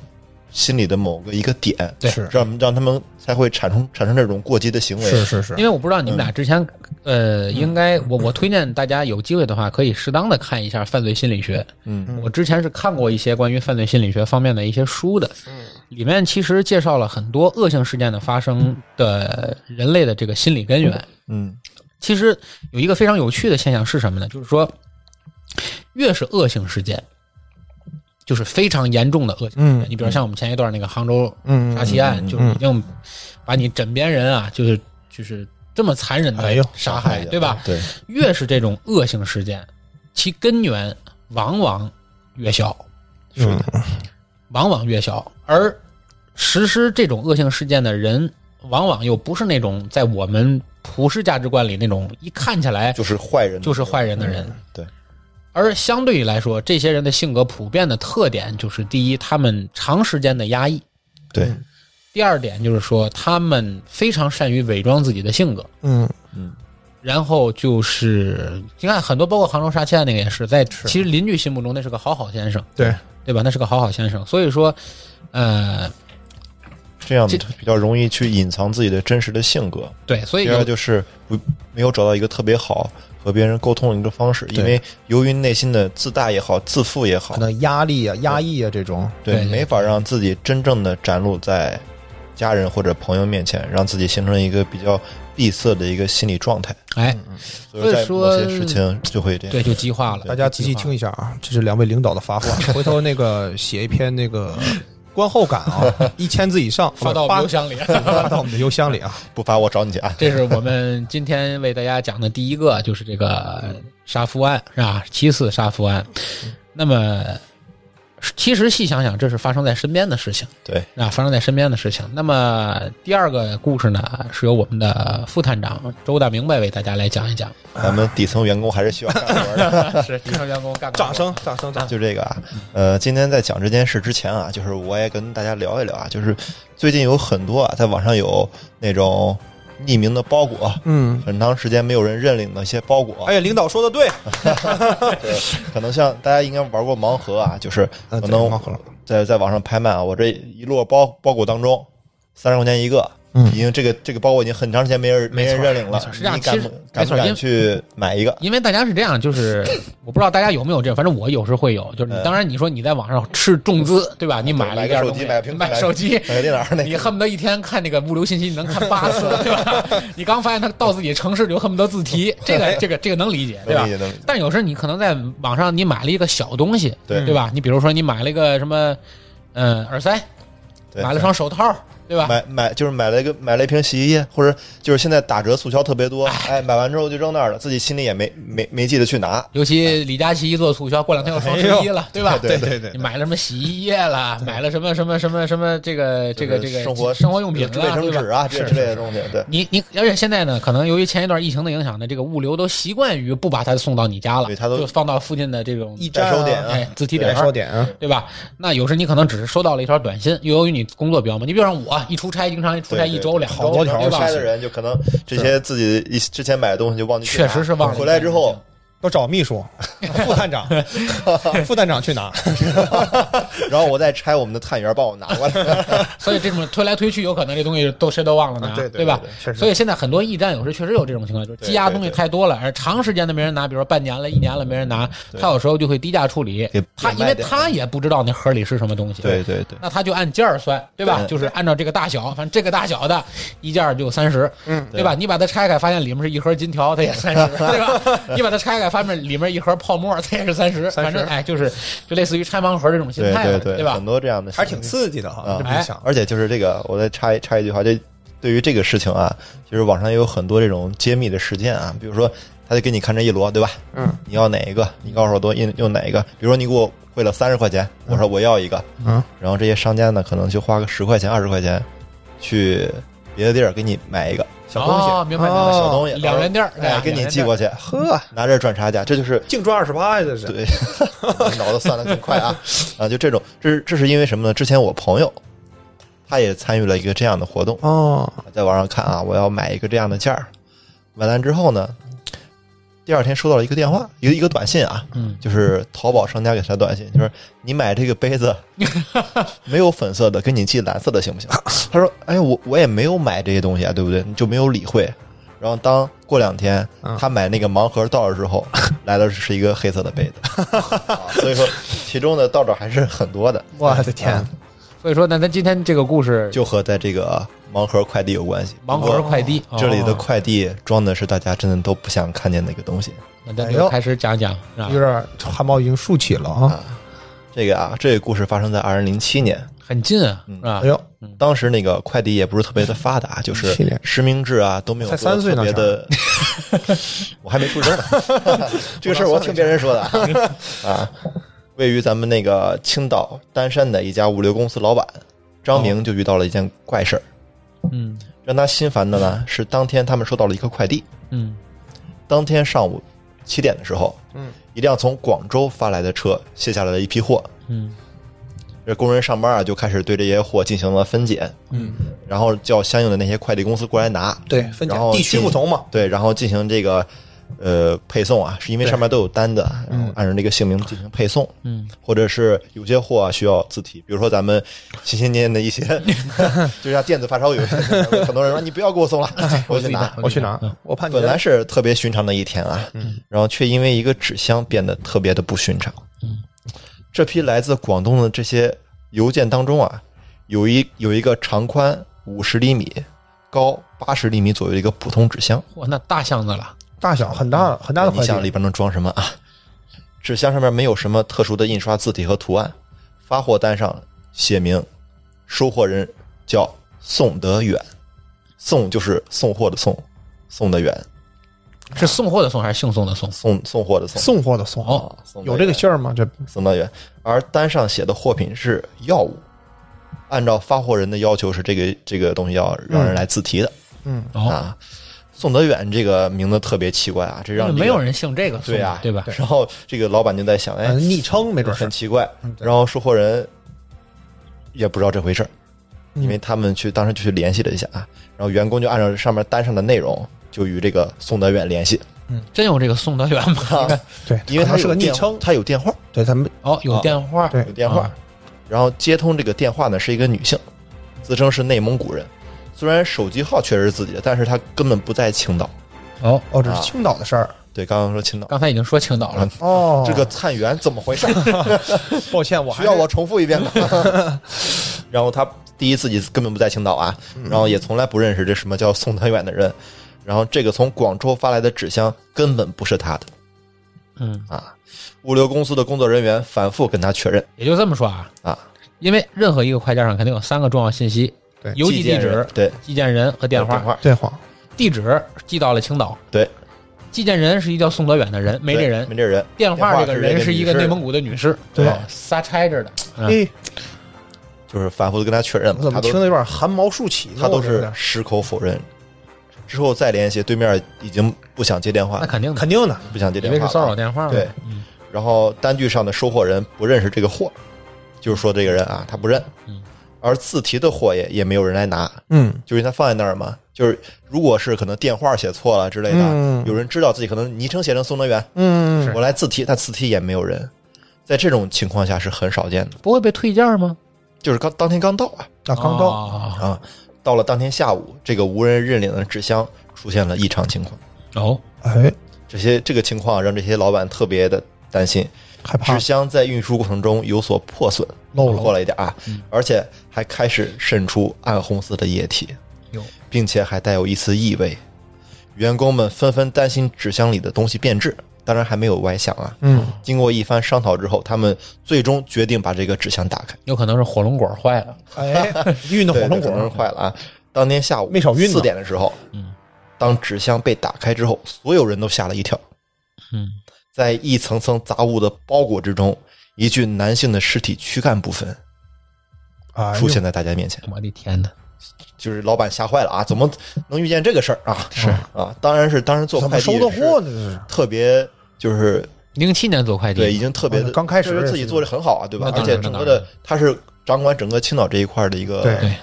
B: 心里的某个一个点，
A: 对
C: 是
B: 让让他们才会产生产生这种过激的行为。
C: 是是是
A: 因，为我不知道你们
B: 嗯
A: 俩之前，呃，应该我我推荐大家有机会的话，可以适当的看一下犯罪心理学。
B: 嗯
A: 我之前是看过一些关于犯罪心理学方面的一些书的，里面其实介绍了很多恶性事件的发生的人类的这个心理根源。
B: 嗯
A: 其实有一个非常有趣的现象是什么呢？就是说，越是恶性事件，就是非常严重的恶性事件。
C: 嗯
A: 你比如像我们前一段那个杭州
C: 嗯
A: 杀妻
B: 嗯
A: 案，
B: 嗯嗯
A: 就是已经把你枕边人啊，就是就是这么残忍
C: 哎
A: 的
C: 呦
A: 杀害，对吧？
B: 对，
A: 越是这种恶性事件，其根源往往越小，
B: 是的，
A: 往往越小。而实施这种恶性事件的人，往往又不是那种在我们普世价值观里那种一看起来
B: 就是坏人，
A: 就是坏人的人。
B: 对，
A: 而相对于来说，这些人的性格普遍的特点就是：第一，他们长时间的压抑；
B: 对，
A: 嗯第二点就是说，他们非常善于伪装自己的性格。
C: 嗯
B: 嗯，
A: 然后就是，你看很多，包括杭州杀妻案那个也是，在其实邻居心目中那是个好好先生，
C: 对
A: 对吧？那是个好好先生。所以说，呃，
B: 这样
A: 这
B: 比较容易去隐藏自己的真实的性格。
A: 对，所以
B: 第
A: 有
B: 二就是不没有找到一个特别好和别人沟通的一个方式，因为由于内心的自大也好，自负也好
C: 可，能压力啊、压抑啊这种，
A: 对
B: 对，
A: 对
B: 没法让自己真正的展露在家人或者朋友面前，让自己形成一个比较闭塞的一个心理状态。
A: 哎，
B: 所以在
A: 所以
B: 某
A: 说
B: 些事情就会这样。
A: 对，就激化了。
C: 大家仔细听一下啊，这是两位领导的发话，回头那个写一篇那个观后感 啊，一千字以上
A: 发到我
C: 发
A: 们邮箱里。
C: 发到我们的邮箱里啊，
B: 不发我找你去啊！
A: 这是我们今天为大家讲的第一个，就是这个杀夫案是吧？七次杀夫案。那么，其实细想想，这是发生在身边的事情，
B: 对，
A: 啊，发生在身边的事情。那么第二个故事呢，是由我们的副探长周大明白为大家来讲一讲。
B: 咱们底层员工还是需要干活的。
A: 是基层员工干
C: 掌声，掌声，掌声，
B: 就这个啊，呃，今天在讲这件事之前啊，就是我也跟大家聊一聊啊，就是最近有很多啊，在网上有那种匿名的包裹，
C: 嗯，
B: 很长时间没有人认领的一些包裹，
C: 哎呀，领导说的对，
B: 对，可能像大家应该玩过盲盒啊，就是可
C: 嗯对
B: 能
C: 盲盒
B: 在在网上拍卖啊，我这一摞包包裹当中三十块钱一个。已经这个这个包裹已经很长时间没人
A: 没
B: 没
A: 错
B: 人认领了
A: 没错，是这样
B: 你敢
A: 其实
B: 不敢
A: 没错
B: 不
A: 因为
B: 敢去买一个？
A: 因为大家是这样，就是我不知道大家有没有这样，反正我有时会有。就是你
B: 嗯
A: 当然你说你在网上吃重资，对吧？你买了
B: 买
A: 一
B: 个
A: 件
B: 手
A: 东西
B: 机，，买个平板，
A: 买手机，
B: 买个电脑，那
A: 你
B: 个
A: 恨不得一天看那个物流信息，你能看八次，对 吧？你刚发现他到自己城市就恨不得自提，这个这个这个能理解，对
B: 能
A: 吧
B: 理？解能理解。
A: 但有时候你可能在网上你买了一个小东西，
B: 对
A: 对吧？你比如说你买了一个什么，嗯，耳塞，
B: 对
A: 买了双手套，对吧？
B: 买买就是买了一个买了一瓶洗衣液，或者就是现在打折促销特别多，哎，买完之后就扔那儿了，自己心里也没没没记得去拿。
A: 尤其李佳琦一做促销，过两天又双十一了，对吧？
B: 哎对
C: 对对
A: 你，买了什么洗衣液 啦，买了什么什么什么什么这个这个
B: 就
A: 这
B: 是
A: 个
B: 生活
A: 生活用品
B: 卫
A: 啦，
B: 生
A: 对吧
B: 纸？啊这之类的东西，对，
A: 你你，而且现在呢，可能由于前一段疫情的影响呢，这个物流都习惯于不把它送到你家了，
B: 对它都
A: 就放到附近的这种
C: 驿站
B: 代收点
C: 啊
A: 哎
B: 啊，
A: 自提点儿
C: 点烧，点啊，
A: 对吧？那有时你可能只是收到了一条短信，又由于你工作比较忙，你比如像我一出差，经常一出差
B: 对对
A: 一周两
C: 好
A: 周，
C: 多
A: 对
C: 条
A: 吧？
B: 拆的人就可能这些自己一之前买的东西就忘记去拿，
A: 确实是忘了
B: 回来之后，
C: 要找秘 书、副探长、副探长去拿，
B: 然后我再拆我们的探员帮我拿 过来。
A: 所以这种推来推去，有可能这东西都谁都忘了拿，
C: 对对
A: 吧
B: 啊对对？
C: 确实
A: 所以现在很多驿站有时确实有这种情况，就是积压
B: 对对
A: 东西
B: 对
A: 太多了，而长时间的没人拿，比如说半年了、一年了没人拿，他有时候就会低价处理
B: 给，
A: 他
B: 给
A: 因为
B: 卖掉
A: 他也不知道那盒里是什么东西，
B: 对对对，
A: 那他就按件儿算，对吧？
B: 对
A: 就是按照这个大小，反正这个大小的一件儿就三十，
C: 嗯，
A: 对吧？你把它拆开，发现里面是一盒金条，它也三 十，对吧？你把它拆开，发现里面一盒泡沫，它也是三十。反正哎，就是就类似于拆盲盒这种心
B: 对
A: 态了，
B: 对对，
A: 吧
B: 很？多这样的，
C: 还是挺。刺激的哈，
B: 啊
C: 这么一想，
B: 而且就是这个，我再插一插一句话，这对于这个事情啊，就是网上也有很多这种揭秘的事件啊，比如说他就给你看这一摞，对吧？
C: 嗯，
B: 你要哪一个？你告诉我多用用哪一个？比如说你给我汇了三十块钱，我说我要一个，
C: 嗯，
B: 然后这些商家呢，可能就花个十块钱、二十块钱，去别的地儿给你买一个小东西，
A: 哦，明白明
C: 哦
A: 白，
B: 小东西，
A: 两元店儿，
B: 哎，给你寄过去，
C: 呵，
B: 拿这赚差价，这就是
D: 净赚二十八呀，这是。
B: 对， 脑子算的更快啊啊！就这种，这是这是因为什么呢？之前我朋友他也参与了一个这样的活动，
C: 哦，
B: 在网上看啊，我要买一个这样的件儿，买完之后呢，第二天收到了一个电话，一个一个短信啊，
A: 嗯，
B: 就是淘宝商家给他短信，就是你买这个 杯子没有粉色的，给你寄蓝色的行不 行？他说：“哎，我我也没有买这些东西啊，对不对？你就没有理会。”然后当过两天
C: 嗯
B: 他买那个盲盒到了 之后，来的是一个黑色的杯子，啊所以说其中的道道还是很多的，
C: 我的天
B: 啊，
A: 所以说呢，咱今天这个故事
B: 就和在这个盲盒快递有关系。
A: 盲盒快递
B: 这里的
A: 哦
B: 快递装的是大家真的都不想看见的一个东西。
A: 那咱
C: 哎呦
A: 就开始讲讲，是吧
C: 啊有点汗毛已经竖起了啊！
B: 这个啊，这个故事发生在二零零七年，
A: 很近啊，
B: 嗯
A: 是吧
C: 哎？呦，
B: 当时那个快递也不是特别的发达，就是
C: 七年
B: 实名制啊都没有
C: 才
B: 做得
C: 三岁呢
B: 特别的， 我还没出生呢。 这个事儿我听别人说的啊啊。位于咱们那个青岛丹山的一家物流公司老板张
C: 哦
B: 明就遇到了一件怪事儿，
A: 嗯
B: 让他心烦的呢是当天他们收到了一个快递，
A: 嗯
B: 当天上午七点的时候，
C: 嗯，
B: 一辆从广州发来的车卸下来了一批货，
A: 嗯
B: 这工人上班啊就开始对这些货进行了分拣，
A: 嗯，
B: 然后叫相应的那些快递公司过来拿，
C: 对，分
B: 嗯然后
D: 地区
B: 进
D: 不同嘛，
B: 对，然后进行这个呃配送啊，是因为上面都有单子，然后按照这个姓名进行配送，
A: 嗯，
B: 啊
C: 我去拿
A: 嗯，
C: 我怕你
B: 本来是特别寻常的一天啊，
C: 嗯
B: 然后却因为一个纸箱变得特别的不寻常。
C: 嗯
B: 这批来自广东的这些邮件当中啊，有一有一个长宽五十厘米、高八十厘米左右的一个普通纸箱，
A: 哇，那大箱子了，
C: 大小很大很大的
B: 嗯你
C: 快
B: 想里
C: 递，
B: 边能装什么啊？纸箱上面没有什么特殊的印刷字体和图案，发货单上写明收货人叫宋德远，宋就是送货的宋，宋德远，
A: 是送货的送还是姓宋的宋？
B: 送送货的宋。
C: 送货的送，
A: 哦，
B: 宋德
C: 有这个
B: 远
C: 信儿吗？这
B: 送到远，而单上写的货品是药物，按照发货人的要求是这个这个东西要让人来自提的、
C: 嗯，
A: 哦，
B: 啊。宋德远这个名字特别奇怪啊，这让
A: 那
B: 这个
A: 没有人姓这个宋
B: 对
A: 的
B: 啊，
A: 对吧？
B: 然后这个老板就在想，哎
C: 呃，昵称没准
B: 很
C: 是
B: 奇怪，然后收货人也不知道这回事儿，
C: 嗯
B: 因为他们去当时就去联系了一下啊，然后员工就按照上面单上的内容就与这个宋德远联系，
A: 真有这个宋德元吗？
C: 对，
B: 因为
C: 可
B: 他
C: 能是
B: 有
C: 个昵
B: 电
C: 称，
B: 他有电话，
C: 对，他们
A: 哦，有电话，
C: 对
B: 有电话
A: 啊，
B: 然后接通这个电话呢是一个女性，自称是内蒙古人，虽然手机号确实是自己的，但是她根本不在青岛。
A: 哦，
C: 哦，这
B: 啊
C: 是青岛的事儿
B: 对，刚刚说青岛，
A: 刚才已经说青岛了，
C: 哦，
B: 这个灿源怎么 回事？
C: 抱歉，我还
B: 需要我重复一遍吗？然后他第一自己根本不在青岛啊，
A: 嗯
B: 然后也从来不认识这什么叫宋德远的人，然后这个从广州发来的纸箱根本不是他的
A: 嗯，
B: 啊。物流公司的工作人员反复跟他确认
A: 也就这么说啊
B: 啊，
A: 因为任何一个快件上肯定有三个重要信息
C: 对：
A: 邮寄地
B: 件人
A: 址、
B: 对
A: 寄件人和电话。
C: 对话，
A: 地址寄到了青岛，
B: 对，
A: 寄件人是一叫宋德远的人，没这
B: 对
A: 人
B: 没。这人，
A: 电话这
B: 电话
A: 个
B: 是
A: 人
B: 这个
A: 是一个
B: 女士
A: 内蒙古的女士，
B: 对
A: 哦仨拆着的。嗯
C: 哎，
B: 就是反复的跟他确认
C: 我
B: 嘛，
C: 怎
B: 他
C: 么
B: 都
C: 听得有点汗毛竖起呢？
B: 他都
C: 我这有
B: 是
C: 点
B: 矢口否认。之后再联系，对面已经不想接电话
A: 那，肯定的，
C: 肯定的，
B: 不想接
A: 以
B: 电
A: 为
B: 话
A: 是
B: 了，
A: 骚扰电话嘛。
B: 对
A: 嗯，
B: 然后单据上的收货人不认识这个货，就是说这个人啊，他不认。
A: 嗯，
B: 而自提的货也也没有人来拿，
C: 嗯，
B: 就是因为他放在那儿嘛。就是如果是可能电话写错了之类的，
C: 嗯
B: 有人知道自己可能昵称写成宋德元，
C: 嗯，
B: 我来自提，但自提也没有人，在这种情况下是很少见的。
A: 不会被退件吗？
B: 就是刚当天刚到啊
C: 啊，刚到，
A: 哦
B: 啊，到了当天下午，这个无人认领的纸箱出现了异常情况。
A: 哦，
C: 哎，
B: 这些这个情况让这些老板特别的担心，
C: 害怕
B: 纸箱在运输过程中有所破损，
C: 漏了，
B: 破
C: 嗯
B: 了一点啊，而且还开始渗出暗红色的液体
A: 哟，
B: 并且还带有一丝异味。员工们纷纷担心纸箱里的东西变质，当然还没有歪想啊。
C: 嗯，
B: 经过一番商讨之后，他们最终决定把这个纸箱打开。
A: 有可能是火龙果坏了。
C: 哎，运的火
B: 对，
C: 龙
B: 可能是
C: 果，
B: 坏了啊。当天下午
C: 没少运呢
B: 四点的时候，
A: 嗯，
B: 当纸箱被打开之后，所有人都吓了一跳。
A: 嗯，
B: 在一层层杂物的包裹之中，一具男性的尸体躯干部分
D: 哎
C: 啊，
B: 出现在大家面前，
A: 我的天哪！
B: 就是老板吓坏了啊！怎么能遇见这个事儿啊？是啊，当然是当时做
D: 怎
B: 快
D: 么
B: 递
D: 收的货呢？这是
B: 是特别就是
A: 零七年做快
B: 对，已
A: 递，
B: 经特别
D: 哦
B: 的
D: 那刚开始
B: 就是自己做的很好啊，对吧
A: 那？当
B: 而
A: 然
B: 且整个
A: 那当
B: 的他是掌管整个青岛这一块的一
D: 对
B: 个
A: 对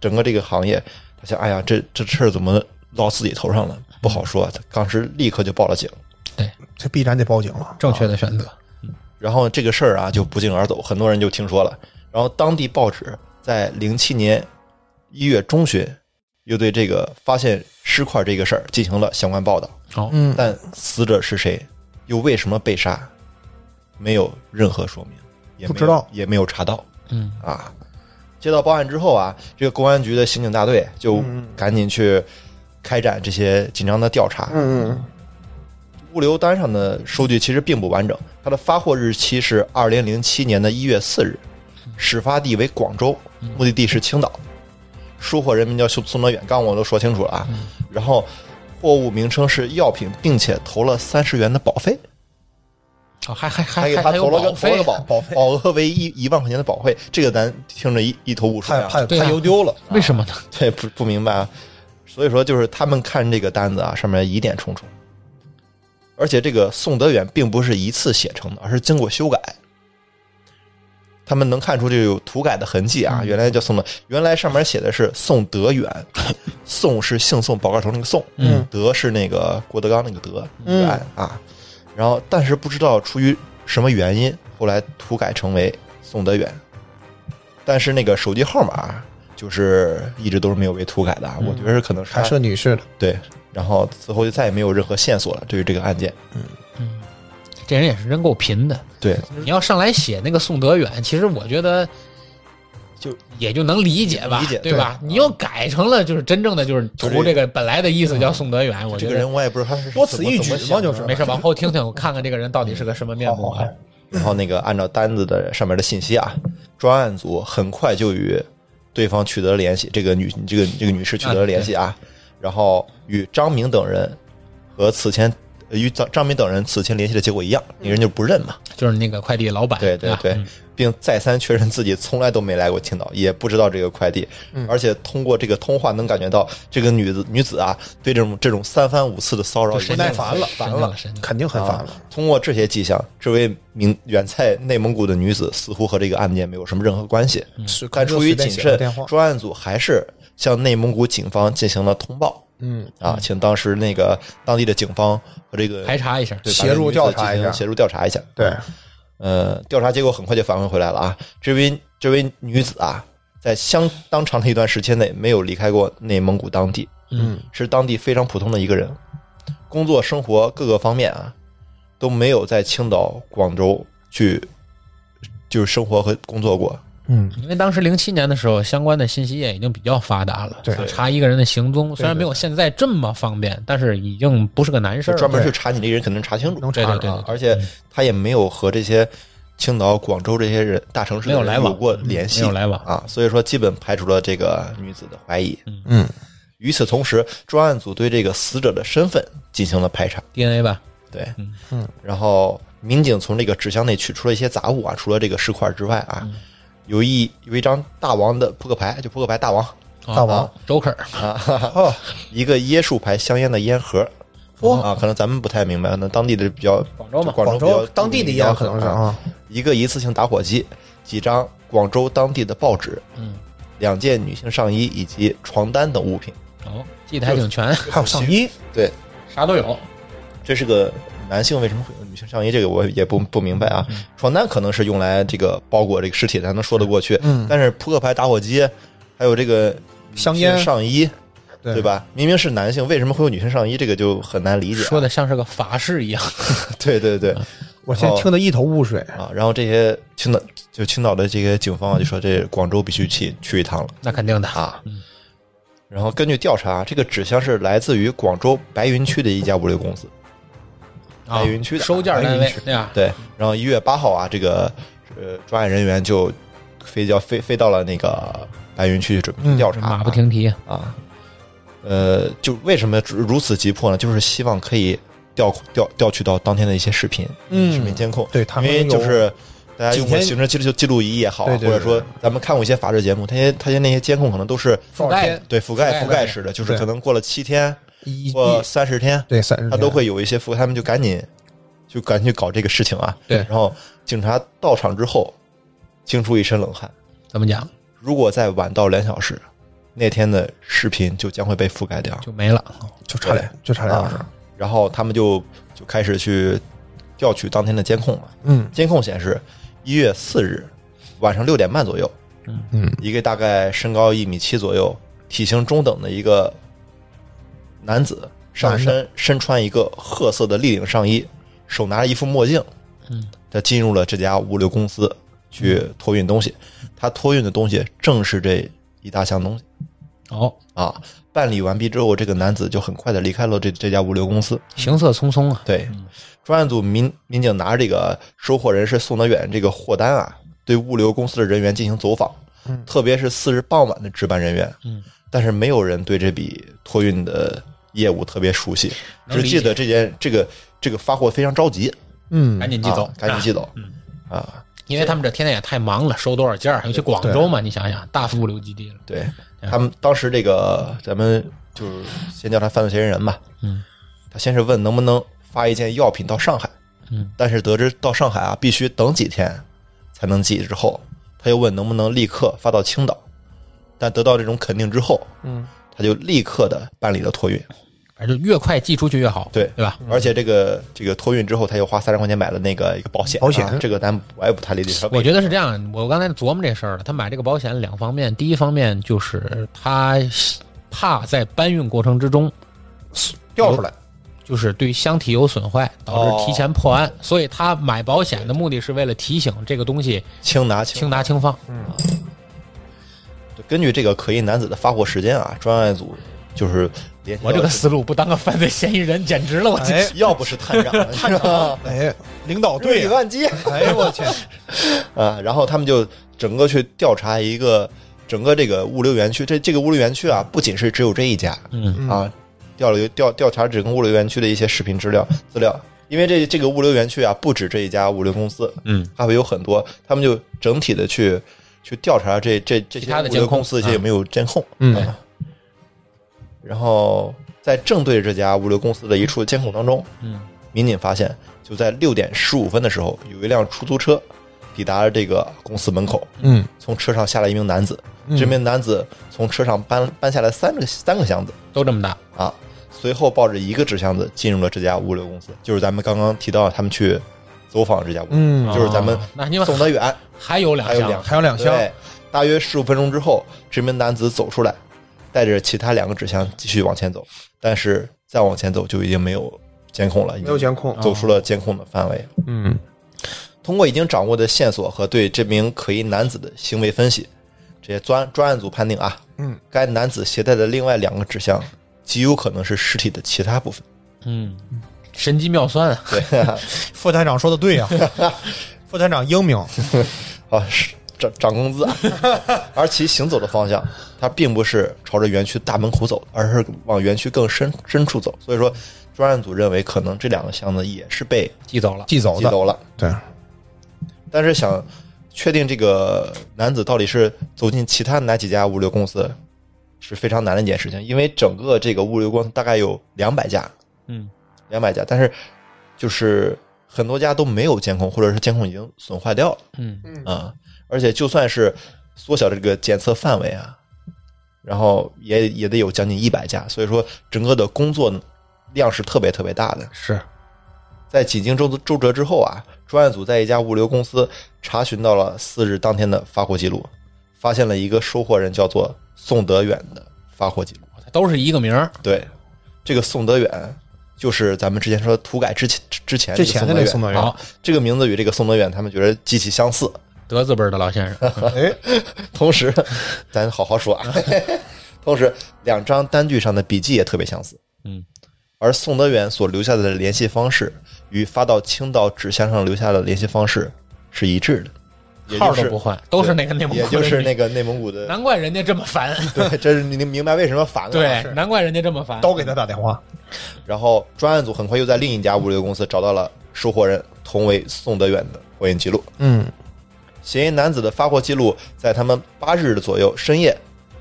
B: 整个这个行业，他想，哎呀，这这事儿怎么落自己头上了？不好说，啊他当时立刻就报了警。
D: 这必然得报警了。
C: 啊
A: 正确的选择。
B: 然后这个事儿啊就不胫而走，很多人就听说了。然后当地报纸在零七年一月中旬又对这个发现尸块这个事儿进行了相关报道，
A: 哦，
C: 嗯，
B: 但死者是谁，又为什么被杀，没有任何说明，也没有
D: 不知道
B: 也没有查到
A: 嗯，
B: 啊。接到报案之后啊，这个公安局的刑警大队就
D: 嗯
B: 赶紧去开展这些紧张的调查。
C: 嗯嗯
B: 物流单上的收据其实并不完整，它的发货日期是二零零七年的一月四日，始发地为广州，
A: 嗯
B: 目的地是青岛，收货人名叫宋宋德远，刚刚我都说清楚了啊。
A: 嗯
B: 然后货物名称是药品，并且投了三十元的保费，
A: 哦，还还
B: 还
A: 还
B: 给他
A: 还有
B: 投了个
A: 保
B: 投了
A: 费
B: 个，
C: 嗯
B: 保保费，保额为一一万块钱的保费，这个咱听着一一头雾水
D: 怕
B: 啊，
D: 怕
A: 对啊
D: 怕邮丢了，
A: 为什么呢？
B: 对不不明白啊。所以说就是他们看这个单子啊，上面疑点重重。而且这个宋德远并不是一次写成的，而是经过修改。他们能看出这有涂改的痕迹啊。原来叫宋德，原来上面写的是宋德远，宋是姓宋，宝盖头那个宋，
A: 嗯，
B: 德是那个郭德纲那个德，
C: 嗯
B: 远啊。然后但是不知道出于什么原因，后来涂改成为宋德远，但是那个手机号码啊就是一直都是没有被涂改的啊。我觉得是可能是他
D: 还是女士的，
B: 对，然后此后就再也没有任何线索了，对于这个案件。
A: 这人也是真够贫的。
B: 对，
A: 你要上来写那个宋德远，其实我觉得
B: 就
A: 也就能理解吧，
B: 理解啊
A: 对吧？你又改成了就是真正的就是
B: 就
A: 图
B: 这
A: 这个本来的意思叫宋德远，我
B: 这
A: 觉
B: 个
A: 得
B: 人我也不知道他是
D: 多此一举
B: 怎么
D: 嘛，
B: 想的
D: 就是
A: 没事，往后听听，我看看这个人到底是个什么面
B: 嗯
A: 目啊？
B: 然后那个按照单子的上面的信息啊，专案组很快就与对方取得了联系，这个女这个这个女士取得了联系啊，然后与张明等人和此前呃与张张明等人此前联系的结果一样，那个人就不认嘛，
A: 就是那个快递老板，
B: 对对
A: 吧嗯
B: 对，
D: 嗯
B: 并再三确认自己从来都没来过青岛，也不知道这个快递，而且通过这个通话能感觉到这个女子女子啊对这种这种三番五次的骚扰
A: 就
B: 已经
A: 神
D: 耐
A: 经
D: 烦了
A: 神
D: 烦
A: 经
D: 了
A: 神经
D: 肯定很烦
C: 啊
D: 了。
B: 通过这些迹象，这位名远在内蒙古的女子似乎和这个案件没有什么任何关系。
D: 是，
B: 但出于
D: 随
B: 谨
D: 便写个
B: 慎
D: 电话，
B: 专案组还是向内蒙古警方进行了通报。
D: 嗯，
B: 啊，请当时那个当地的警方和这个
A: 排查一下，
B: 对
D: 协助调查一下
B: 把这个女子进行协助调查一下。
D: 对，
B: 呃，调查结果很快就反馈回来了啊，这位这位女子啊，在相当长的一段时间内没有离开过内蒙古当地，
D: 嗯，
B: 是当地非常普通的一个人，工作生活各个方面啊都没有在青岛、广州去就是生活和工作过，
D: 嗯，
A: 因为当时零七年的时候，相关的信息业已经比较发达了，
D: 对
A: 想查一个人的行踪，虽然
D: 对
A: 没有现在这么方便，但是已经不是个难事
B: 就
A: 儿了，
B: 专门去查你这人，肯定查清楚。
D: 能
A: 对
D: 查着
A: 对对嗯
D: 啊
A: 对
B: 而且他也没有和这些青岛、广州这些人大城市的
A: 没有来
B: 人
A: 往嗯
B: 有过联系，
A: 没有来往
B: 啊，所以说基本排除了这个女子的怀疑。
D: 嗯，
B: 与此同时，专案组对这个死者的身份进行了排查，
A: DNA 吧，
B: 对，
A: 嗯
B: 然后民警从这个纸箱内取出了一些杂物啊，除了这个尸块之外啊，有一有一张大王的扑克牌，就扑克牌大王
D: 大王
A: 啊 Joker，
B: 啊，哈哈
D: 哦，
B: 一个椰树牌香烟的烟盒。
D: 哇
B: 啊，可能咱们不太明白，可能当地的比较
A: 广州嘛
B: 就广
D: 广
B: 州比较
D: 州当地的烟可能是啊，
B: 一个一次性打火机，几张广州当地的报纸，
A: 嗯，
B: 两件女性上衣以及床单等物品。
A: 哦，记得还挺全，
D: 还有上衣，
B: 对，
A: 啥都有，
B: 这是个男性为什么会有女性上衣？这个我也不不明白啊。
D: 嗯
B: 床单可能是用来这个包裹这个尸体才能说得过去，
D: 嗯
B: 但是扑克牌、打火机，还有这个女性
D: 香烟
B: 上衣，
D: 对
B: 对？吧？明明是男性，为什么会有女性上衣？这个就很难理解啊。
A: 说的像是个法式一样，
B: 对对
D: 嗯
B: 对
D: 我现在
B: 哦
D: 听得一头雾水。
B: 啊！然后这些青岛就青岛的这个警方啊，就说这广州必须去去一趟了。
A: 那肯定的，
B: 啊。
D: 嗯
B: 然后根据调查，这个纸箱是来自于广州白云区的一家物流公司。
A: 啊
B: 白云区的
A: 收件单
D: 白
A: 位
D: 云区
A: 对吧？
B: 对，然后一月八号啊，这个呃专案人员就飞要飞飞到了那个白云区去准备调查、
D: 嗯
A: 马不停蹄，
B: 啊。呃，就为什么如此急迫呢？就是希望可以调调调取到当天的一些视频，
D: 嗯
B: 视频监控，
D: 对他们
B: 因为就
D: 有
B: 是大家
D: 几
B: 用
D: 天
B: 行车记录记录仪也好啊，
D: 对对对
B: 或者说咱们看过一些法制节目，它些它些那些监控可能都是
A: 覆盖
B: 对覆盖
A: 覆盖
B: 覆盖式的，就是
D: 对
B: 可能过了七天
D: 一
B: 或
D: 一
B: 三十天，
D: 对哎三十，
B: 他都会有一些覆盖，他们就赶紧就赶紧去搞这个事情啊。
A: 对
B: 然后警察到场之后，惊出一身冷汗。
A: 怎么讲
B: 如果再晚到两小时，那天的视频就将会被覆盖掉。
A: 就没了。
D: 就差两就差两
B: 啊
D: 小时，
B: 然后他们就就开始去调取当天的监控嘛。
D: 嗯
B: 监控显示，一月四日晚上六点半左右，
D: 嗯
B: 一个大概身高一米七左右、体型中等的一个男子，上
D: 男
B: 身身穿一个褐色的立领上衣，手拿一副墨镜，
A: 嗯，
B: 他进入了这家物流公司去托运东西。他托运的东西正是这一大箱东西
A: 哦，
B: 啊。办理完毕之后，这个男子就很快的离开了这这家物流公司。
A: 行色匆匆啊，
B: 对，专案组民民警拿着这个收货人是宋德远这个货单啊，对物流公司的人员进行走访，
D: 嗯
B: 特别是四日傍晚的值班人员，
A: 嗯，
B: 但是没有人对这笔托运的业务特别熟悉，
A: 能
B: 只
A: 理解
B: 记得这件这个这个发货非常着急，
D: 嗯，
A: 赶紧寄走，
B: 啊赶紧寄走，
A: 嗯
B: 啊，
A: 因为他们这天天也太忙了，收多少件儿？尤其广州嘛，你想想，大物流基地了。
B: 对他们当时这个咱们就是先叫他犯罪嫌疑人吧，
A: 嗯，
B: 他先是问能不能发一件药品到上海，
A: 嗯，
B: 但是得知到上海啊必须等几天才能寄，之后他又问能不能立刻发到青岛，但得到这种肯定之后，
D: 嗯，
B: 他就立刻的办理了托运，
A: 反正就越快寄出去越好，
B: 对
A: 对吧？
B: 而且这个这个托运之后，他又花三十块钱买了那个一个保险啊，
D: 保险
B: 这个咱我也不太理解，
A: 我觉得是这样，我刚才琢磨这事儿了。他买这个保险两方面，第一方面就是他怕在搬运过程之中，
D: 掉出来，
A: 就是对箱体有损坏，导致提前破
B: 哦
A: 案，所以他买保险的目的是为了提醒这个东西
B: 轻拿轻
A: 轻拿轻放。
B: 根据这个可疑男子的发货时间啊，专案组就是联系
A: 我这
B: 到
A: 个思路不当个犯罪嫌疑人简直了，我这
D: 哎
B: 要不是探长，探长
D: 哎，领导对
B: 案件
D: 哎呦我天，
B: 啊，然后他们就整个去调查一个整个这个物流园区，这这个物流园区啊，不仅是只有这一家，
A: 嗯
B: 啊，调了调调查整个物流园区的一些视频资料资料，因为这这个物流园区啊，不止这一家物流公司，
A: 嗯，
B: 还会有很多，他们就整体的去去调查这这这
A: 其
B: 些
A: 他的
B: 物流
A: 监控
B: 公司这些有没有监控，
D: 嗯
B: 然后在正对这家物流公司的一处监控当中，
A: 嗯，
B: 民警发现就在六点十五分的时候，有一辆出租车抵达了这个公司门口，
D: 嗯，
B: 从车上下来一名男子，
A: 嗯
B: 这名男子从车上搬搬下来三个三个箱子
A: 都这么大，
B: 啊，随后抱着一个纸箱子进入了这家物流公司，就是咱们刚刚提到他们去走访这家物流，
D: 嗯
B: 就是咱们
A: 哦那你们
B: 送得远，
A: 还有两
B: 还有
A: 箱
B: 两
D: 还有两箱，
B: 对，大约十五分钟之后，这名男子走出来，带着其他两个纸箱继续往前走，但是再往前走就已经没有监控了，已经
D: 没有监控，
B: 走出了监控的范围。
D: 嗯
B: 通过已经掌握的线索和对这名可疑男子的行为分析，这些专专案组判定啊，
D: 嗯，
B: 该男子携带的另外两个纸箱极有可能是尸体的其他部分。
A: 嗯，神机妙算啊，
B: 对，
D: 副团长说的对 呀，副团长英明，
B: 啊，是涨涨工资啊， 而其行走的方向，它并不是朝着园区大门口走，而是往园区更深深处走。所以说，专案组认为可能这两个箱子也是被
A: 寄走了。
D: 寄走
B: 寄
D: 的，
B: 走了，
D: 对，
B: 但是想确定这个男子到底是走进其他哪几家物流公司。是非常难的一件事情，因为整个这个物流公司大概有两百家，
A: 嗯，
B: 两百家，但是就是很多家都没有监控，或者是监控已经损坏掉了。
A: 嗯，
B: 啊，而且就算是缩小这个检测范围啊，然后也也得有将近一百家，所以说整个的工作量是特别特别大的。
A: 是
B: 在几经周周折之后啊，专案组在一家物流公司查询到了四日当天的发货记录，发现了一个收货人叫做宋德远的发货记录。
A: 嗯都是一个名儿，
B: 对，这个宋德远就是咱们之前说土改之前之前
D: 之前的那
B: 个
D: 个宋德
B: 远啊
D: 元，
B: 这个名字与这个宋德远他们觉得极其相似，
A: 德字辈儿的老 先生。
D: 哎，
B: 同时，咱好好说啊。 同时，两张单据上的笔记也特别相似。
A: 嗯，
B: 而宋德元所留下的联系方式与发到青岛纸箱上留下的联系方式是一致的，也
A: 号
B: 就
A: 儿都
B: 是
A: 不换，都是那个内蒙古
B: 也
A: 的
B: 就是那
A: 名
B: 个内蒙古 的。
A: 难怪人家这么烦，
B: 对，这是你明白为什么烦了啊。
A: 对，难怪人家这么烦。
D: 都给他打电话，
B: 然后专案组很快又在另一家物流公司找到了收货人，同为宋德远的货运记录。
D: 嗯
B: 嫌疑男子的发货记录在他们八日的左右深夜，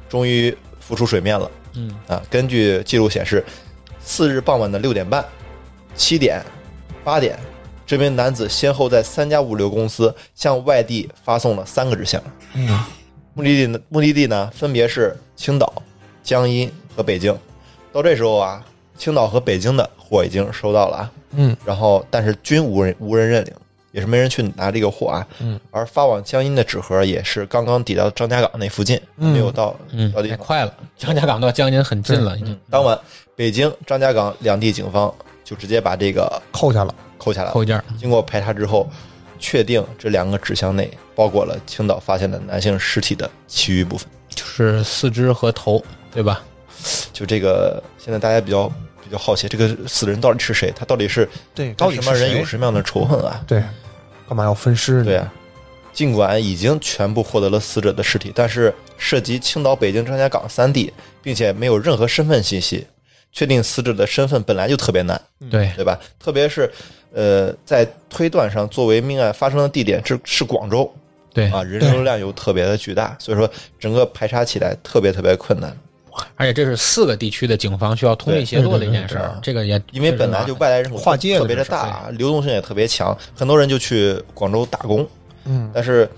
B: 终于浮出水面了。
A: 嗯
B: 啊，根据记录显示，次日傍晚的六点半、七点、八点，这名男子先后在三家物流公司向外地发送了三个纸箱。
C: 嗯，
B: 目的地呢目的地呢分别是青岛、江阴和北京。到这时候啊，青岛和北京的货已经收到了啊，
C: 嗯，
B: 然后但是均无人无人认领，也是没人去拿这个货啊，
C: 嗯，
B: 而发往江阴的纸盒也是刚刚抵达张家港那附近，
C: 嗯
B: 没有到
A: 嗯
B: 到地
A: 太
B: 方。嗯
A: 快了，张家港到江津很近了，
C: 嗯
A: 已经
B: 当晚，北京、张家港两地警方就直接把这个
C: 扣下了。
B: 扣下来了。
A: 扣件儿。
B: 经过排查之后，确定这两个纸箱内包裹了青岛发现的男性尸体的其余部分。
A: 就是四肢和头，对吧？
B: 就这个，现在大家比较比较好奇，这个死人到底是谁？他到底是
C: 对，到
B: 跟
C: 底
B: 什
C: 是
B: 么人
C: 谁嗯
B: 有？什么样的仇恨啊？
C: 对，干嘛要分尸呢？
B: 对啊，尽管已经全部获得了死者的尸体，但是涉及青岛、北京、张家港三地，并且没有任何身份信息，确定死者的身份本来就特别难，
A: 对，
B: 对吧？特别是，呃，在推断上，作为命案发生的地点是是广州
A: 对，
B: 啊，人流量又特别的巨大，所以说整个排查起来特别特别困难。
A: 而且这是四个地区的警方需要通力协作的一件事儿，这个也
B: 因为本来就外来人口
C: 跨界的
B: 特别的
C: 这事儿
B: 大，流动性也特别强，很多人就去广州打工，
C: 嗯，
B: 但是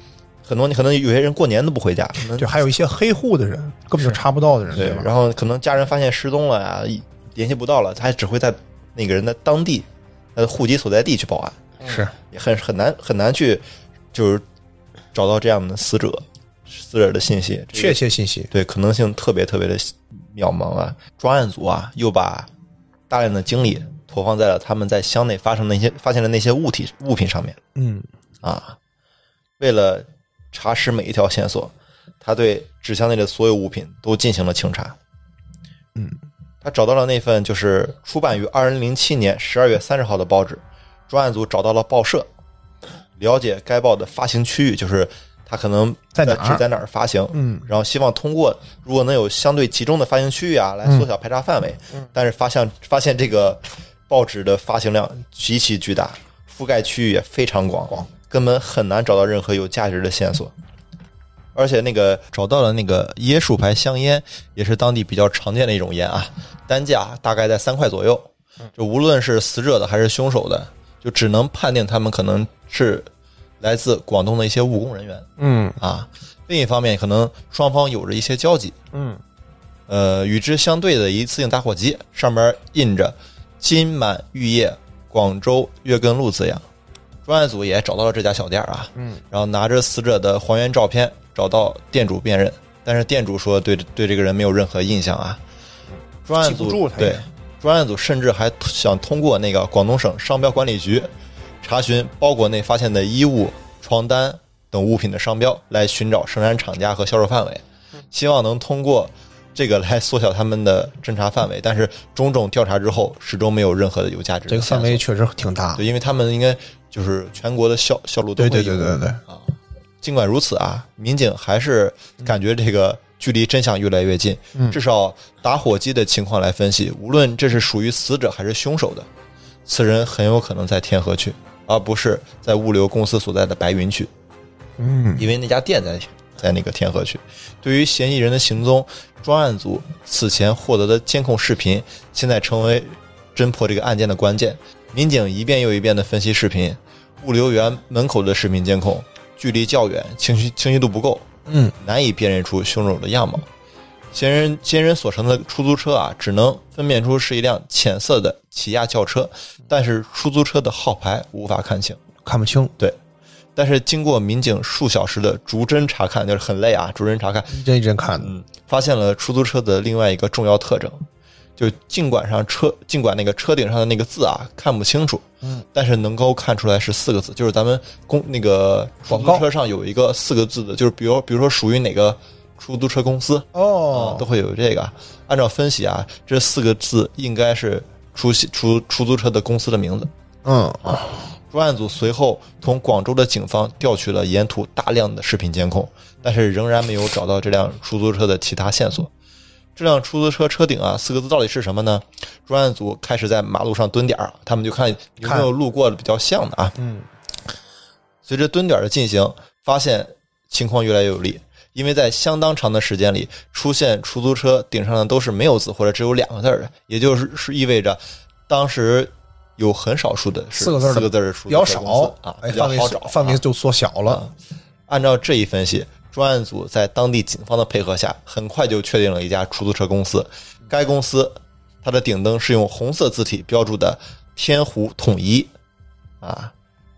B: 很多可能有些人过年都不回家，可能
C: 对，还有一些黑户的人，根本就查不到的人，
B: 对，
C: 吧？
B: 然后可能家人发现失踪了呀，一联系不到了，他只会在那个人的当地，他的户籍所在地去报案，
A: 是
B: 也很很难很难去就是找到这样的死者死者的信息，这
C: 确
B: 个
C: 切信息，
B: 对可能性特别特别的渺茫啊！专案组啊，又把大量的精力投放在了他们在箱内发生的那些发现的那些物体物品上面
C: 嗯，
B: 啊。为了查实每一条线索，他对纸箱内的所有物品都进行了清查。
C: 嗯，
B: 他找到了那份就是出版于二零零七年十二月三十号的报纸。专案组找到了报社，了解该报的发行区域，就是他可能
C: 在哪儿
B: 是在哪儿发行。
C: 嗯，
B: 然后希望通过如果能有相对集中的发行区域啊，来缩小排查范围。但是发现发现这个报纸的发行量极其巨大，覆盖区域也非常广，根本很难找到任何有价值的线索。而且那个找到了那个椰树牌香烟，也是当地比较常见的一种烟啊，单价大概在三块左右。就无论是死者的还是凶手的，就只能判定他们可能是来自广东的一些务工人员。
C: 嗯
B: 啊。另一方面，可能双方有着一些交集。
C: 嗯，
B: 呃，与之相对的一次性打火机上面印着“金满玉叶广州月根路”字样。专案组也找到了这家小店啊，
C: 嗯，
B: 然后拿着死者的还原照片找到店主辨认，但是店主说对对这个人没有任何印象啊。专案
C: 记不住
B: 组
C: 他也
B: 对专案组甚至还想通过那个广东省商标管理局查询包裹内发现的衣物、床单等物品的商标，来寻找生产厂家和销售范围，希望能通过这个来缩小他们的侦查范围。但是种种调查之后，始终没有任何的有价值的
C: 这个范围
B: 线
C: 确实挺大
B: 索，，对，因为他们应该就是全国的销销路都会
C: 对对
B: 有
C: 对对对
B: 啊。尽管如此啊，民警还是感觉这个距离真相越来越近。
C: 嗯
B: 至少打火机的情况来分析，无论这是属于死者还是凶手的，此人很有可能在天河区，而不是在物流公司所在的白云区，
C: 嗯
B: 因为那家店在在那个天河区。对于嫌疑人的行踪，专案组此前获得的监控视频，现在成为侦破这个案件的关键。民警一遍又一遍地分析视频，物流园门口的视频监控距离较远，清晰清晰度不够，
C: 嗯，
B: 难以辨认出凶手的样貌。嫌人嫌人所乘的出租车啊，只能分辨出是一辆浅色的起亚轿车，但是出租车的号牌无法看清。
C: 看不清，
B: 但是经过民警数小时的逐帧查看，就是很累啊，逐帧查看，
C: 一帧一帧看的，
B: 嗯，发现了出租车的另外一个重要特征，就尽管上车，尽管那个车顶上的那个字啊看不清楚，
C: 嗯，
B: 但是能够看出来是四个字，就是咱们公那个出
C: 广
B: 租
C: 告
B: 车上有一个四个字的，就是比如比如说属于哪个出租车公司啊
C: 哦
B: 都，会有这个。按照分析啊，这四个字应该是出出出租车的公司的名字。
C: 嗯
B: 啊
D: 啊
B: 专案组随后从广州的警方调取了沿途大量的视频监控，但是仍然没有找到这辆出租车的其他线索。这辆出租车车顶啊，四个字到底是什么呢？专案组开始在马路上蹲点儿，他们就看有没有路过的比较像的啊。
C: 嗯
B: 随着蹲点儿的进行，发现情况越来越有利，因为在相当长的时间里，出现出租车顶上的都是没有字或者只有两个字儿的，也就是是意味着当时有很少数的是
D: 四个字儿的
B: 四个字儿的出
D: 比较
B: 租车
D: 少
B: 公司啊，
D: 哎，
B: 比较
D: 范
B: 好
D: 围
B: 找
D: 范围
B: 啊
D: 就缩小了。
B: 按照这一分析，专案组在当地警方的配合下，很快就确定了一家出租车公司。该公司它的顶灯是用红色字体标注的“天湖统一”啊，“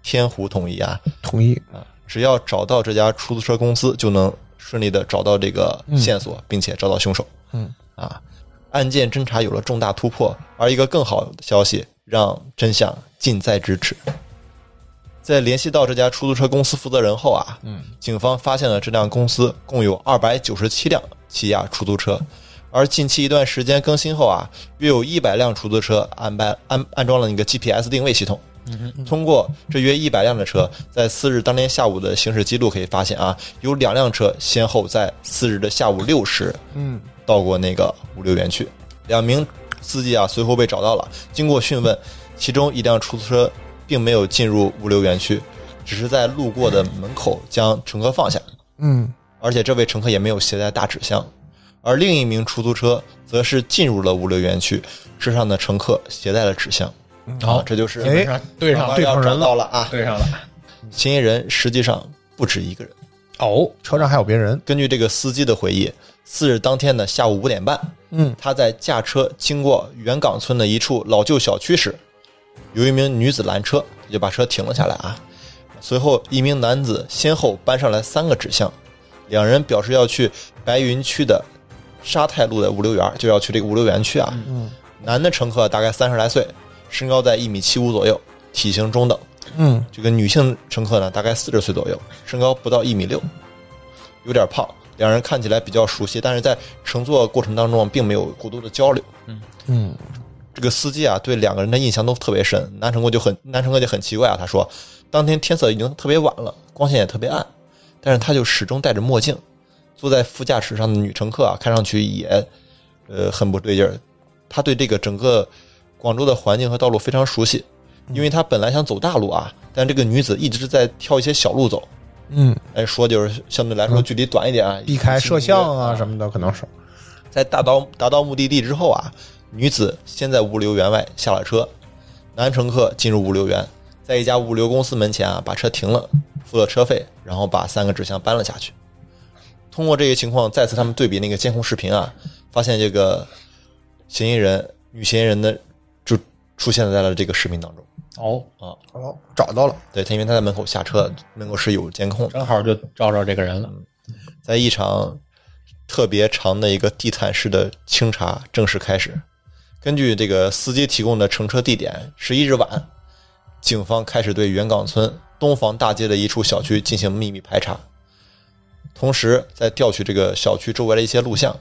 B: 天湖统一”啊，
D: 同意，
B: 只要找到这家出租车公司，就能顺利的找到这个线索，并且找到凶手。
D: 嗯，
B: 啊，案件侦查有了重大突破，而一个更好的消息让真相近在咫尺。在联系到这家出租车公司负责人后啊，嗯，警方发现了这辆公司共有二百九十七辆起亚出租车，而近期一段时间更新后啊，约有一百辆出租车安排安安装了那个 GPS 定位系统。
D: 嗯
B: 通过这约一百辆的车，在四日当天下午的行驶记录可以发现啊，有两辆车先后在四日的下午六时
D: 嗯，
B: 到过那个五六园区，两名司机啊随后被找到了。经过讯问，其中一辆出租车并没有进入五六园区，只是在路过的门口将乘客放下。
D: 嗯，
B: 而且这位乘客也没有携带大纸箱。而另一名出租车则是进入了物流园区，车上的乘客携带了纸箱。啊，这就是
D: 哎
A: 对上了，
D: 对上人了
B: 要找到了啊！
A: 对上了。
B: 嫌疑人实际上不止一个人。
A: 哦，
D: 车上还有别人，
B: 根据这个司机的回忆，四日当天的下午五点半，
D: 嗯，
B: 他在驾车经过元岗村的一处老旧小区时，有一名女子拦车，就把车停了下来啊。随后，一名男子先后搬上来三个纸箱，两人表示要去白云区的沙太路的五六园，就要去这个五六园区啊。
D: 嗯，
B: 男的乘客大概三十来岁，身高在一米七五左右，体型中等。
D: 嗯，
B: 这个女性乘客呢，大概四十岁左右，身高不到一米六，有点胖。两人看起来比较熟悉，但是在乘坐过程当中啊并没有过多的交流。
D: 嗯，
B: 这个司机啊，对两个人的印象都特别深。男乘客就很男乘客就很奇怪啊，他说，当天天色已经特别晚了，光线也特别暗，但是他就始终戴着墨镜。坐在副驾驶上的女乘客啊，看上去也呃很不对劲儿。他对这个整个广州的环境和道路非常熟悉，
D: 嗯
B: 因为他本来想走大路啊，但这个女子一直在挑一些小路走。
D: 嗯，
B: 哎，说就是相对来说
D: 嗯
B: 距离短一点啊，
D: 避开摄像啊
B: 么。
D: 什么的，可能是，
B: 在达到达到目的地之后啊，女子先在物流园外下了车，男乘客进入物流园，在一家物流公司门前啊把车停了，付了车费，然后把三个纸箱搬了下去。通过这个情况，再次他们对比那个监控视频啊，发现这个嫌疑人女嫌疑人呢就出现在了这个视频当中。
A: 哦，
C: 哦，找到了，
B: 对他，因为他在门口下车，门口是有监控的。
A: 正好就照着这个人了。
B: 嗯在一场特别长的一个地毯式的清查正式开始。根据这个司机提供的乘车地点，十一日晚，警方开始对元岗村东房大街的一处小区进行秘密排查，同时在调取这个小区周围的一些录像，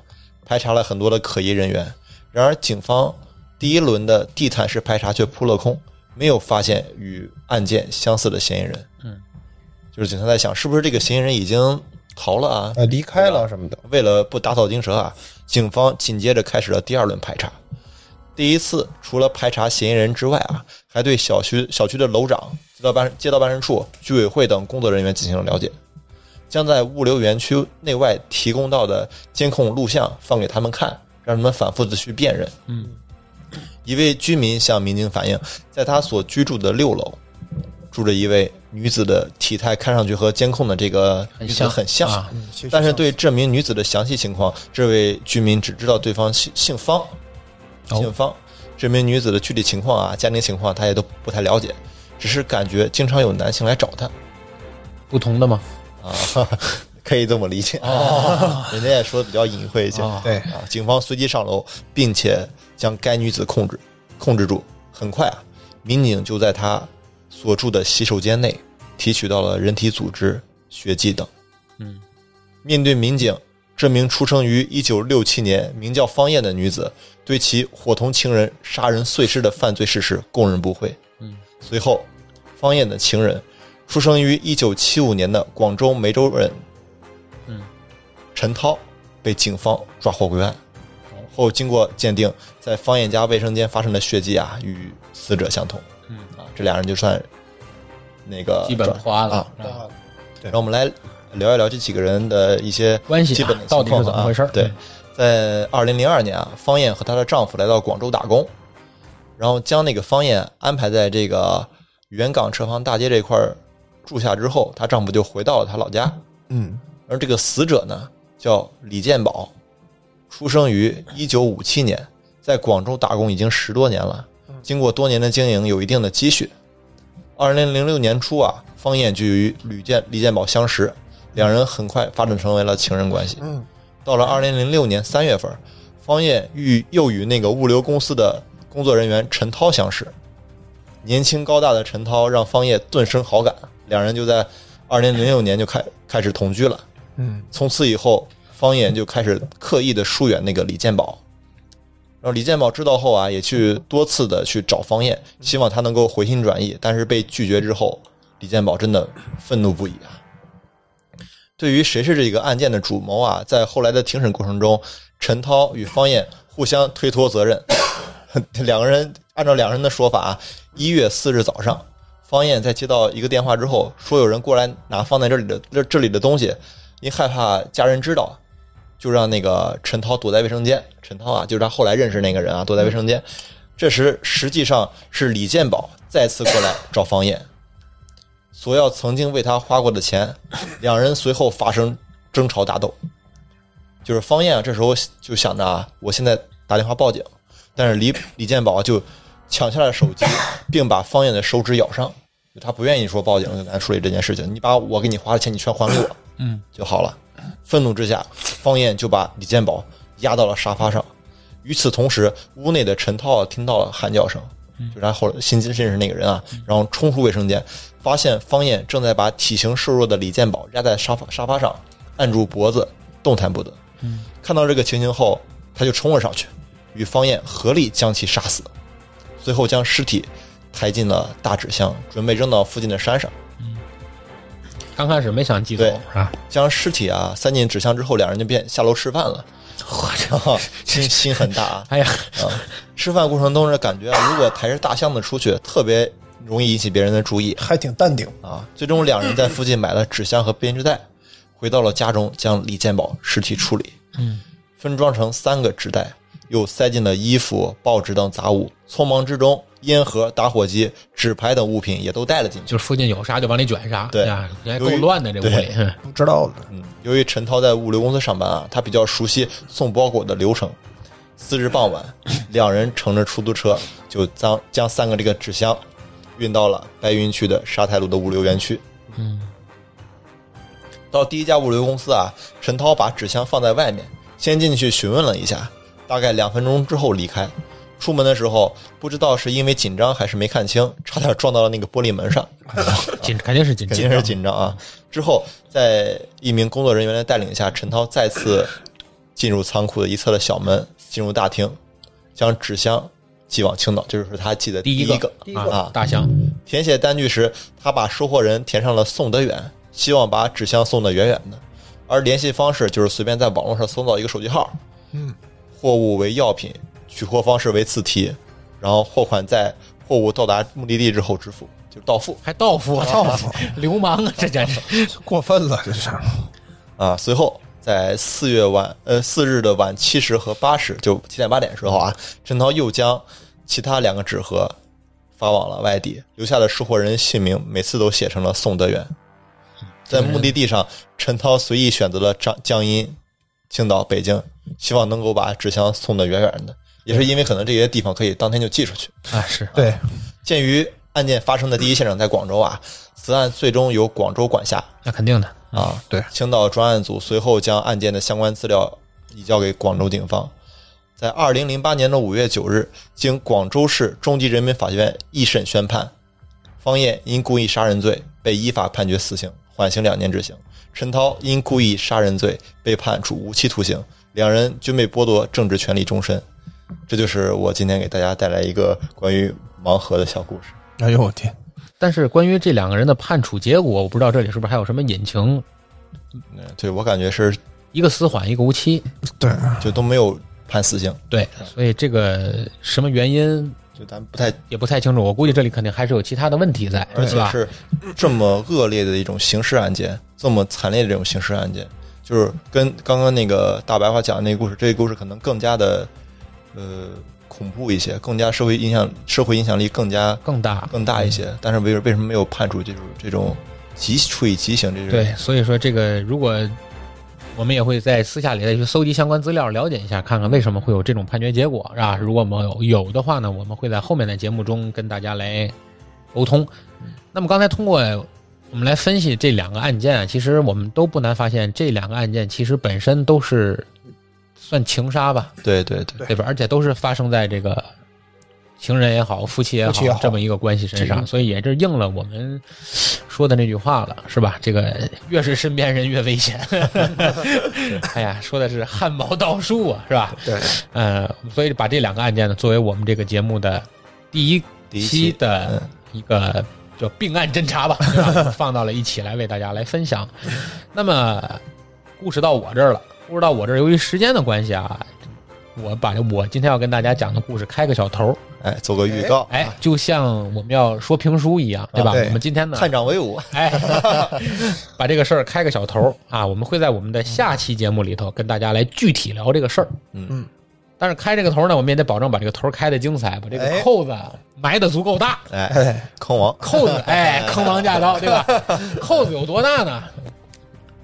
B: 排查了很多的可疑人员。然而，警方第一轮的地毯式排查却扑了空，没有发现与案件相似的嫌疑人。
A: 嗯，
B: 就是警察在想，是不是这个嫌疑人已经逃了啊？
D: 呃，离开了什么的，
B: 为了不打草惊蛇啊，警方紧接着开始了第二轮排查。第一次，除了排查嫌疑人之外啊，还对小区小区的楼长、街道办街道办事处、居委会等工作人员进行了了解，将在物流园区内外提供到的监控录像放给他们看，让他们反复的去辨认。
A: 嗯，
B: 一位居民向民警反映，在他所居住的六楼住着一位女子的体态看上去和监控的这个女
A: 很
B: 子
A: 像
B: 很像，
A: 啊
D: 嗯其实
B: 但是对这名女子的详细情况，这位居民只知道对方姓姓方，
A: 哦
B: 姓方。这名女子的具体情况啊，家庭情况他也都不太了解，只是感觉经常有男性来找她
A: 不同的吗？
B: 啊， 哈哈可以这么理解。啊人家也说的比较隐晦一些。
A: 哦
D: 对，
B: 啊，警方随即上楼，并且将该女子控制控制住。很快啊，民警就在她所住的洗手间内提取到了人体组织、血迹等。
A: 嗯，
B: 面对民警，这名出生于1967年、名叫方艳的女子，对其伙同情人杀人碎尸的犯罪事实供认不讳。
A: 嗯，
B: 随后，方艳的情人，出生于1975年的广州梅州人，
A: 嗯，
B: 陈涛被警方抓获归案。后经过鉴定，在方艳家卫生间发生的血迹啊，与死者相同。
A: 嗯
B: 啊，这俩人就算那个
A: 基本
B: 抓
A: 花了
B: 啊。
A: 是吧
D: 对
B: 让我们来聊一聊这几个人的一些
A: 关系啊
B: 基本的
A: 到底是
B: 情况
A: 怎么回事儿嗯
B: 啊对，在二零零二年啊，方燕和她的丈夫来到广州打工，然后将那个方燕安排在这个原港车坊大街这块儿住下之后，她丈夫就回到了她老家。
E: 嗯，
B: 而这个死者呢，叫李建宝，出生于一九五七年，在广州打工已经十多年了。经过多年的经营，有一定的积蓄。二零零六年初啊，方燕就与吕建李建宝相识，两人很快发展成为了情人关系。
E: 嗯，
B: 到了二零零六年三月份，方燕与又与那个物流公司的工作人员陈涛相识。年轻高大的陈涛让方燕顿生好感，两人就在二零零六年就开开始同居了。
E: 嗯，
B: 从此以后，方燕就开始刻意的疏远那个李建宝。然后李建宝知道后啊，也去多次的去找方燕，希望他能够回心转意，但是被拒绝之后，李建宝真的愤怒不已啊。对于谁是这个案件的主谋啊，在后来的庭审过程中，陈涛与方燕互相推脱责任。 两个人按照两人的说法啊，一月四日早上，方燕在接到一个电话之后，说有人过来拿放在这里的这这里的东西，因害怕家人知道，啊就让那个陈涛躲在卫生间。陈涛啊，就是他后来认识那个人啊，躲在卫生间。这时实际上是李建宝再次过来找方燕，索要曾经为他花过的钱。两人随后发生争吵打斗。就是方燕啊，这时候就想着啊，我现在打电话报警，但是李李建宝啊就抢下了手机，并把方燕的手指咬伤。就他不愿意说报警，就咱处理这件事情。你把我给你花的钱，你全还给我。就好了。愤怒之下，方燕就把李建宝压到了沙发上。与此同时，屋内的陈涛啊听到了喊叫声，就是他后来新进认识那个人啊，然后冲出卫生间，发现方燕正在把体型瘦弱的李建宝压在沙发沙发上，按住脖子，动弹不得。看到这个情形后，他就冲了上去，与方燕合力将其杀死，随后将尸体抬进了大纸箱，准备扔到附近的山上。
A: 刚开始没想记走
B: 对
A: 是吧？
B: 将尸体啊塞进纸箱之后，两人就便下楼吃饭了。
A: 我这，
B: 啊，心心很大
A: ！
B: 啊
A: 哎呀，
B: 啊吃饭过程中是感觉啊，如果抬着大箱子出去，特别容易引起别人的注意
E: 还挺淡定。
B: 啊。最终，两人在附近买了纸箱和编织袋，回到了家中，将李建宝尸体处理，
A: 嗯，
B: 分装成三个纸袋，又塞进了衣服、报纸等杂物。匆忙之中，烟盒、打火机、纸牌等物品也都带了进去。
A: 就是附近有啥就往里卷啥，哎
B: 对
A: 呀，这还够
B: 由于
A: 乱的这屋里。
B: 对
A: 嗯
E: 不知道
B: 嗯，由于陈涛在物流公司上班啊，他比较熟悉送包裹的流程。次日傍晚，两人乘着出租车就将将三个这个纸箱运到了白云区的沙台路的物流园区。
A: 嗯，
B: 到第一家物流公司啊，陈涛把纸箱放在外面，先进去询问了一下，大概两分钟之后离开。出门的时候，不知道是因为紧张还是没看清，差点撞到了那个玻璃门上。
A: 紧肯定是紧
B: 肯
A: 张
B: 定是紧张啊。之后，在一名工作人员的带领下，陈涛再次进入仓库的一侧的小门，进入大厅，将纸箱寄往青岛，这就是他寄的
A: 第
B: 一
A: 一个
C: 第一个
A: 啊
B: 啊，
A: 大象
B: 填写单据时，他把收货人填上了送得远，希望把纸箱送得远远的。而联系方式就是随便在网络上搜到一个手机号，
E: 嗯，
B: 货物为药品，取货方式为自提，然后货款在货物到达目的地之后支付，就是到付。
A: 还到付，
E: 到付，
A: 流氓啊，这简 直。
E: 过分了，这是
B: 啊，随后在四月晚呃四日的晚七时和八时，就七点八点时候啊，陈涛又将其他两个纸盒发往了外地，留下了收货人姓名，每次都写成了宋德元。在目的地上，陈涛随意选择了江江阴、青岛、北京，希望能够把纸箱送得远远的，也是因为可能这些地方可以当天就寄出去。
A: 啊，是
E: 对，
B: 鉴于案件发生的第一现场在广州啊，此案最终由广州管辖，
A: 那肯定的。
B: 啊，
E: 对
B: 青岛专案组随后将案件的相关资料移交给广州警方。在二零零八年的五月九日，经广州市中级人民法院一审宣判，方燕因故意杀人罪被依法判决死刑，缓刑两年执行；陈涛因故意杀人罪被判处无期徒刑，两人均被剥夺政治权利终身。这就是我今天给大家带来一个关于盲盒的小故事。
E: 哎呦我天，
A: 但是关于这两个人的判处结果，我不知道这里是不是还有什么隐情，
B: 嗯对我感觉是
A: 一个死缓，一个无期。
E: 对，
B: 就都没有判死刑。
A: 对，所以这个什么原因，
B: 就咱不太，
A: 也不太清楚。我估计这里肯定还是有其他的问题在，
B: 而
A: 是
B: 且
A: 吧？
B: 是这么恶劣的一种刑事案件，这么惨烈的这种刑事案件，就是跟刚刚那个大白话讲的那个故事，这个故事可能更加的呃恐怖一些，更加社会影响社会影响力更加
A: 更大，
B: 更大一些。但是为为什么没有判处这种这种极处以极刑这种？
A: 对，所以说这个如果我们也会在私下里再去搜集相关资料，了解一下，看看为什么会有这种判决结果，是吧？如果我们有有的话呢，我们会在后面的节目中跟大家来沟通。那么刚才通过我们来分析这两个案件啊，其实我们都不难发现，这两个案件其实本身都是算情杀吧，
B: 对对对，
A: 对吧？而且都是发生在这个情人也好、夫妻也好
C: 夫妻也好
A: 这么一个关系身上，所以也是应了我们说的那句话了，是吧？这个越是身边人越危险。 哎呀，说的是汗毛倒竖啊，是吧？
C: 对，
A: 呃，所以把这两个案件呢，作为我们这个节目的第一
B: 第一
A: 期
B: 期嗯
A: 的一个叫并案侦 查吧，对吧放到了一起来为大家来分享。
B: 嗯
A: 那么故事到我这儿了，故事到我这儿，由于时间的关系啊，我把我今天要跟大家讲的故事开个小头儿，
B: 哎，做个预告，
A: 哎，就像我们要说评书一样，对吧？
B: 啊对
A: 我们今天呢，
B: 探长威武，
A: 哎， 把这个事儿开个小头儿啊，我们会在我们的下期节目里头跟大家来具体聊这个事儿。
B: 嗯，
A: 但是开这个头儿呢，我们也得保证把这个头儿开的精彩，把这个
D: 哎
A: 扣子啊埋的足够大。
B: 哎，坑王，
A: 扣 子，哎，坑王驾到，对吧？扣子有多大呢？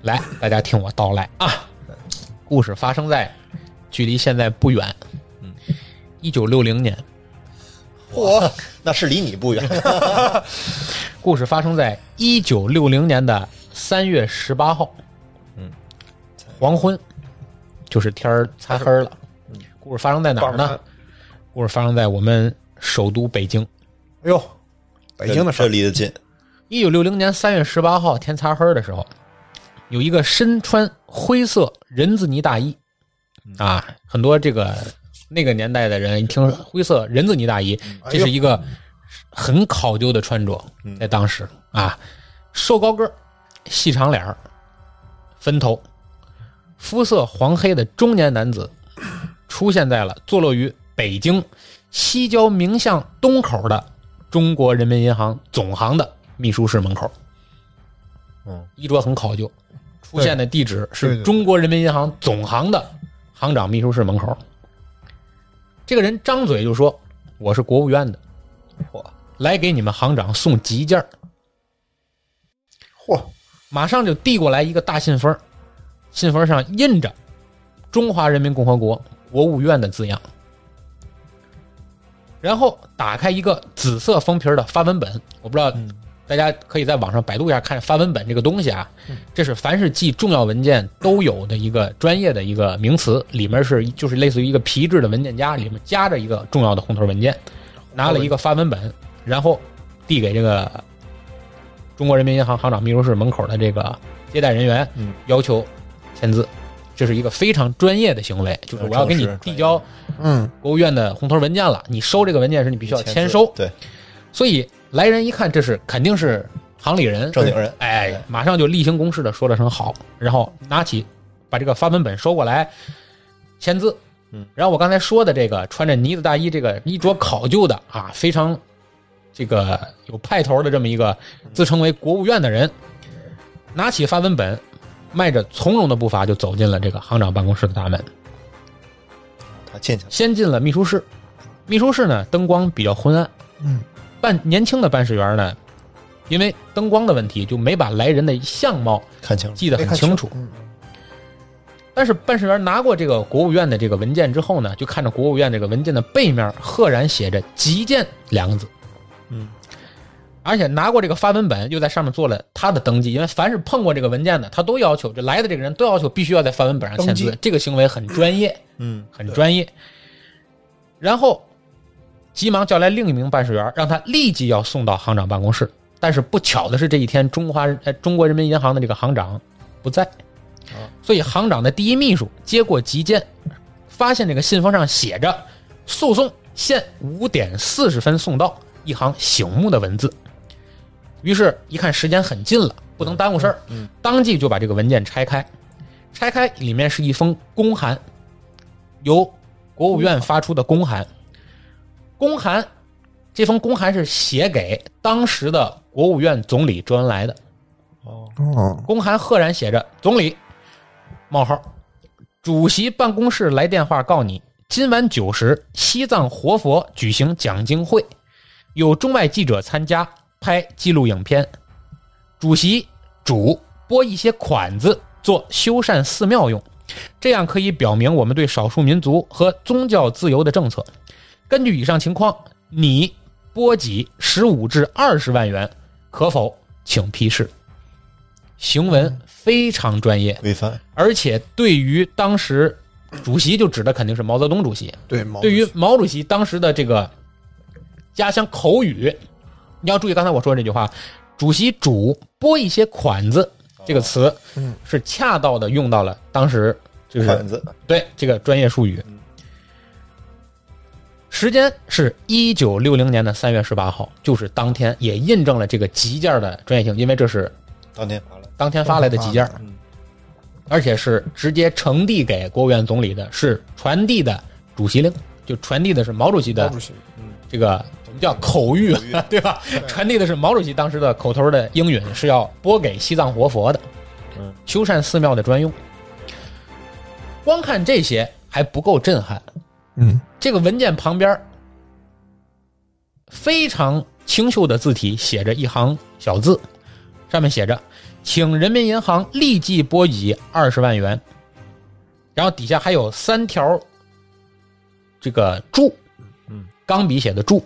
A: 来，大家听我道来啊！故事发生在距离现在不远，
B: 嗯，
A: 一九六零年。
B: 嚯，那是离你不远，
A: 故事发生在一九六零年的三月十八号，
B: 嗯，
A: 黄昏，就是天儿擦黑了。故事发生在哪儿呢？故事发生在我们首都北京。
D: 哎呦，北京的事
B: 这
D: 儿，
B: 离得近，
A: 一九六零年三月十八号天擦黑的时候，有一个身穿灰色人字呢大衣，啊，很多这个那个年代的人一听灰色人字呢大衣，这是一个很考究的穿着，在当时啊，瘦高个儿，细长脸儿，分头，肤色黄黑的中年男子，出现在了坐落于北京西郊明巷东口的中国人民银行总行的秘书室门口。
B: 嗯，
A: 衣着很考究，出现的地址
D: 对
A: 是
D: 对对
A: 中国人民银行总行的行长秘书室门口。这个人张嘴就说：“我是国务院的，来给你们行长送急件儿。”
C: 嚯，
A: 马上就递过来一个大信封儿，信封上印着“中华人民共和国国务院”的字样。然后打开一个紫色封皮儿的发文本，我不知道
B: 嗯
A: 大家可以在网上百度一下看发文本这个东西啊，
B: 嗯
A: 这是凡是记重要文件都有的一个专业的一个名词，里面是就是类似于一个皮质的文件夹，里面夹着一个重要的红头文件，拿了一个发文本，然后递给这个中国人民银行行长秘书室门口的这个接待人员
B: 嗯，
A: 要求签字，这是一个非常专业的行为，就是我要给你
B: 正式
A: 递交
D: 嗯，
A: 国务院的红头文件了，你收这个文件时你必须要签收，
B: 对，
A: 所以来人一看，这是肯定是行里人，
B: 正经人，
A: 哎，马上就例行公事的说了声好，然后拿起把这个发文本收过来，签字。
B: 嗯，
A: 然后我刚才说的这个穿着呢子大衣、这个衣着考究的啊，非常这个有派头的这么一个自称为国务院的人，拿起发文本，迈着从容的步伐就走进了这个行长办公室的大门。
B: 他进去了，
A: 先进了秘书室，秘书室呢灯光比较昏暗，
D: 嗯，
A: 办年轻的办事员呢，因为灯光的问题就没把来人的相貌
B: 看清楚，
A: 记得
D: 没
A: 很
D: 看
A: 清楚。
D: 嗯
A: 但是办事员拿过这个国务院的这个文件之后呢，就看着国务院这个文件的背面赫然写着“急件”两个字，
B: 嗯，
A: 而且拿过这个发文本又在上面做了他的登记，因为凡是碰过这个文件的，他都要求这来的这个人都要求必须要在发文本上签
D: 登
A: 字
D: 记，
A: 这个行为很专业。
B: 嗯，
A: 很专业。然后急忙叫来另一名办事员，让他立即要送到行长办公室。但是不巧的是，这一天中华呃中国人民银行的这个行长不在，所以行长的第一秘书接过急件，发现这个信封上写着“诉讼限五点四十分送到”一行醒目的文字。于是，一看时间很近了，不能耽误事儿，当即就把这个文件拆开。拆开里面是一封公函，由国务院发出的公函。公函这封公函是写给当时的国务院总理周恩来的。
E: 哦，
A: 公函赫然写着：“总理，冒号，主席办公室来电话告你，今晚九时，西藏活佛举行讲经会，有中外记者参加，拍记录影片。主席主拨一些款子做修缮寺庙用，这样可以表明我们对少数民族和宗教自由的政策。根据以上情况，你拨给十五至二十万元，可否？请批示。”行文非常专业，
B: 规范，
A: 而且对于当时主席就指的肯定是毛泽东主席，
E: 对，毛
A: 对于毛主席当时的这个家乡口语，你要注意刚才我说的这句话，主席主拨一些款子这个词，
E: 嗯，
A: 是恰到的用到了当时就是
B: 款子，
A: 对这个专业术语。时间是一九六零年的三月十八号，就是当天，也印证了这个急件的专业性，因为这是
B: 当天发了，
A: 当天发来的急件，而且是直接呈递给国务院总理的，是传递的主席令，就传递的是毛主席的
E: 毛主席，
A: 这个我们叫口谕， 对吧？传递的是毛主席当时的口头的应允，是要拨给西藏活佛的
B: 嗯，
A: 修缮寺庙的专用。光看这些还不够震撼，
E: 嗯，
A: 这个文件旁边非常清秀的字体写着一行小字，上面写着：“请人民银行立即拨给二十万元。”然后底下还有三条这个注，
B: 嗯，
A: 钢笔写的注，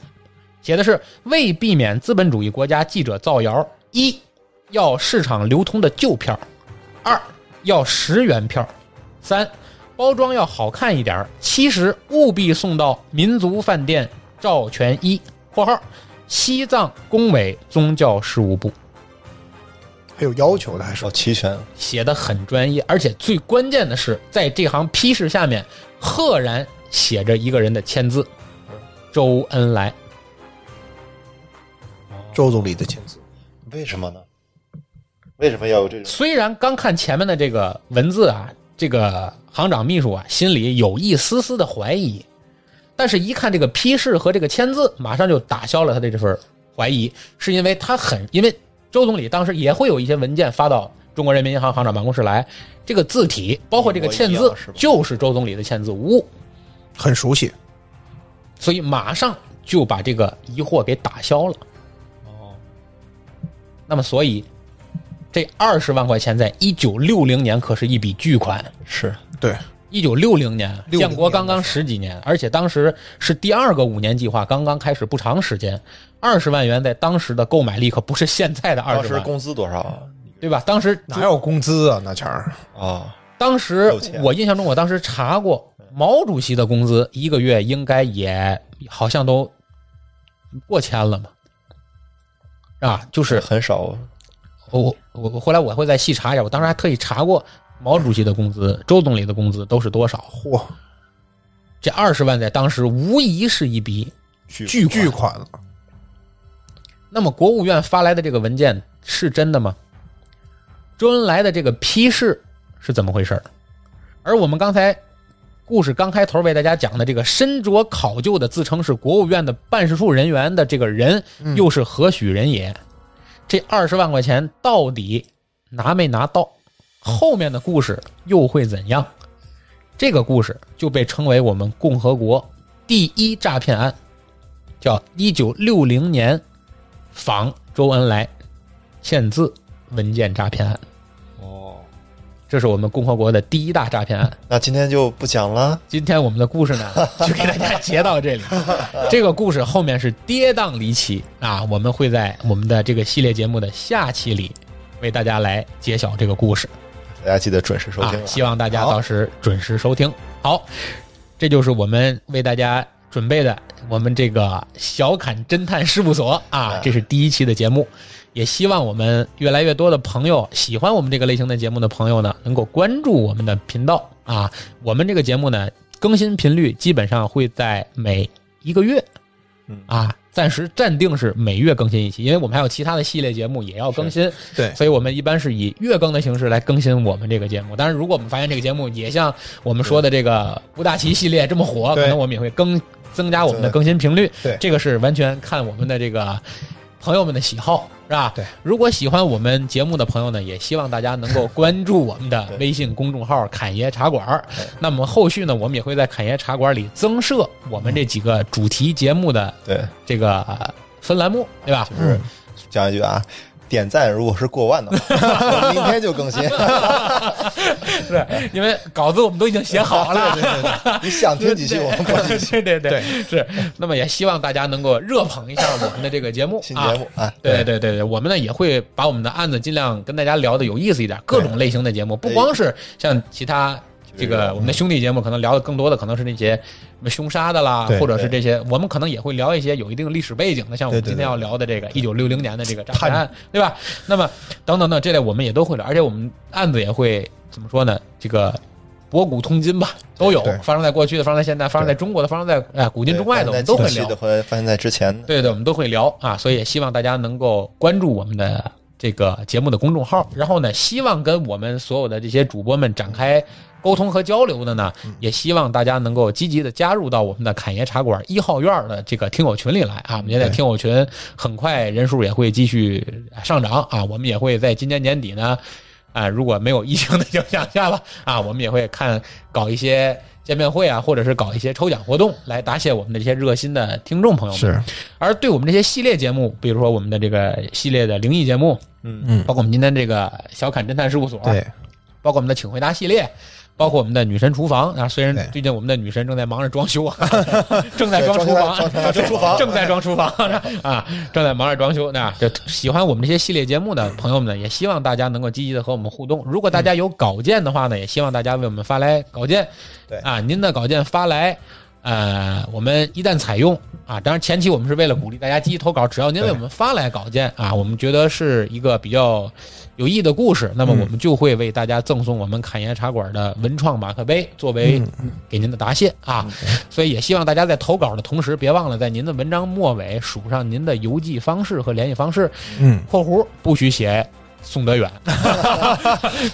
A: 写的是为避免资本主义国家记者造谣，一要市场流通的旧票，二要十元票，三包装要好看一点儿，七十务必送到民族饭店赵全一（括号西藏工委宗教事务部
E: 还有要求的，还是
B: 哦，齐全，），
A: 写的很专业，而且最关键的是，在这行批示下面赫然写着一个人的签字——周恩来。
E: 周总理的签字，
B: 为什么呢？为什么要有这种？
A: 虽然刚看前面的这个文字啊，这个行长秘书啊心里有一丝丝的怀疑，但是一看这个批示和这个签字，马上就打消了他的这份怀疑，是因为他很因为周总理当时也会有一些文件发到中国人民银行行长办公室来，这个字体包括这个签
B: 一模一
A: 字
B: 样哎是吧
A: 就是周总理的签字无误，
E: 很熟悉，
A: 所以马上就把这个疑惑给打消了。
B: 哦，
A: 那么，所以这二十万块钱在一九六零年可是一笔巨款。
B: 是
E: 对，
A: 一九六零年，
E: 60
A: 建国刚刚十几年，而且当时是第二个五年计划刚刚开始不长时间，二十万元在当时的购买力可不是现在的二
B: 当
A: 十
B: 时
A: 万，
B: 工资多少啊？
A: 对吧？当时
E: 哪有工资啊？那钱儿
B: 啊，
A: 当时
B: 有钱嗯
A: 我印象中，我当时查过毛主席的工资一个月应该也好像都过千了嘛，啊，就是
B: 很少，
A: 我我我后来我会再细查一下，我当时还特意查过毛主席的工资、周总理的工资都是多少，
E: 嚯，
A: 这二十万在当时无疑是一笔
B: 巨
E: 巨巨款了，
A: 那么国务院发来的这个文件是真的吗？周恩来的这个批示是怎么回事儿？而我们刚才故事刚开头为大家讲的这个身着考究的自称是国务院的办事处人员的这个人，又是何许人也？这二十万块钱到底拿没拿到？后面的故事又会怎样？这个故事就被称为我们共和国第一诈骗案，叫一九六零年仿周恩来签字文件诈骗案，
B: 哦。
A: 这是我们共和国的第一大诈骗案。
B: 那今天就不讲了，
A: 今天我们的故事呢，就给大家截到这里。这个故事后面是跌宕离奇啊，我们会在我们的这个系列节目的下期里为大家来揭晓这个故事
B: 大家记得准时收
A: 啊
B: 听，了。
A: 希望大家到时准时收听。好，这就是我们为大家准备的我们这个小侃侦探事务所啊，这是第一期的节目。也希望我们越来越多的朋友喜欢我们这个类型的节目的朋友呢，能够关注我们的频道啊。我们这个节目呢，更新频率基本上会在每一个月
B: 嗯，
A: 啊暂时暂定是每月更新一期，因为我们还有其他的系列节目也要更新，
E: 对
A: 所以我们一般是以月更的形式来更新我们这个节目。当然，如果我们发现这个节目也像我们说的这个吴大奇系列这么火，
E: 对
A: 可能我们也会更增加我们的更新频率。
E: 对
A: 这个是完全看我们的这个朋友们的喜好。是吧？
E: 对，
A: 如果喜欢我们节目的朋友呢，也希望大家能够关注我们的
B: 对
A: 微信公众号“侃爷茶馆”儿
B: 对。
A: 那么后续呢，我们也会在“侃爷茶馆”里增设我们这几个主题节目的
B: 对，
A: 这个呃分栏目，对吧？嗯
B: 就是讲一句啊，点赞如果是过万的 话，明天就更新。
A: 对，因为稿子我们都已经写 好了。啊
B: 你想听几期我们播几期
A: 对对对， 是。那么也希望大家能够热捧一下我们的这个节目
B: 新
A: 啊
B: 节。目啊，
A: 对对对对，我们呢也会把我们的案子尽量跟大家聊的有意思一点，各种类型的节目，不
E: 哎
A: 光是像其他这个我们的兄弟节目，可能聊的更多的可能是那些什么凶杀的啦
E: 对，
A: 或者是这些，我们可能也会聊一些有一定历史背景的，像我们今天要聊的这个一九六零年的这个诈骗案，对吧？那么等等等这类我们也都会聊，而且我们案子也会怎么说呢？这个。博古通今吧，都有
E: 对
A: 发生在过去的，发生在现在，发生在中国的，发生在哎古今中外的，我们都会聊
B: 的，。和发现在之前的，
A: 对对，我们都会聊啊，所以也希望大家能够关注我们的这个节目的公众号。然后呢，希望跟我们所有的这些主播们展开沟通和交流的呢，也希望大家能够积极的加入到我们的侃爷茶馆一号院的这个听友群里来啊。我们现在听友群很快人数也会继续上涨啊，我们也会在今年年底呢。啊，如果没有疫情的影响下吧， 啊，我们也会看搞一些见面会啊，或者是搞一些抽奖活动，来答谢我们的这些热心的听众朋友们。
E: 是
A: 而对我们这些系列节目，比如说我们的这个系列的灵异节目，
B: 嗯
E: 嗯
A: 包括我们今天这个小侃侦探事务所，
E: 对，
A: 包括我们的请回答系列，包括我们的女神厨房啊。虽然
E: 对
A: 最近我们的女神正在忙着装 修啊，正在装
B: 对
A: 厨房，
B: 装装装厨 房
A: 正在装厨房啊，正在忙着装修。那这喜欢我们这些系列节目的朋友们呢，也希望大家能够积极的和我们互动。如果大家有稿件的话呢，也希望大家为我们发来稿件。
B: 对
A: 啊，您的稿件发来。呃，我们一旦采用啊，当然前期我们是为了鼓励大家积极投稿，只要您为我们发来稿件啊，我们觉得是一个比较有意义的故事，那么我们就会为大家赠送我们侃爷茶馆的文创马克杯作为给您的答谢啊。所以也希望大家在投稿的同时，别忘了在您的文章末尾署上您的邮寄方式和联系方式。
E: 嗯，
A: 括弧不许写宋德远，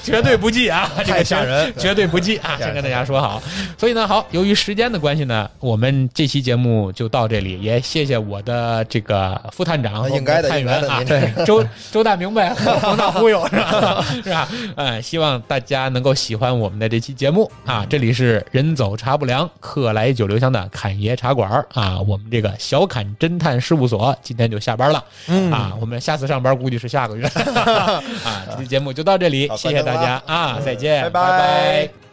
A: 绝对不记啊！这个
E: 太吓人
A: 绝对不记啊！先跟大家说好。所以呢，好，由于时间的关系呢，我们这期节目就到这里，也谢谢我的这个副探长和我们
B: 应该的
A: 探员啊，
B: 应该的您
A: 周周大明白和黄大忽悠是吧？ 是吧？呃，希望大家能够喜欢我们的这期节目啊！这里是人走茶不凉，客来酒留香的侃爷茶馆儿啊，我们这个小侃侦探事务所今天就下班了。啊，我们下次上班估计是下个月啊。这期节目就到这里
B: 好，
A: 谢谢大
B: 关灯
A: 家
B: 了
A: 啊，再见，
E: 拜拜
A: 拜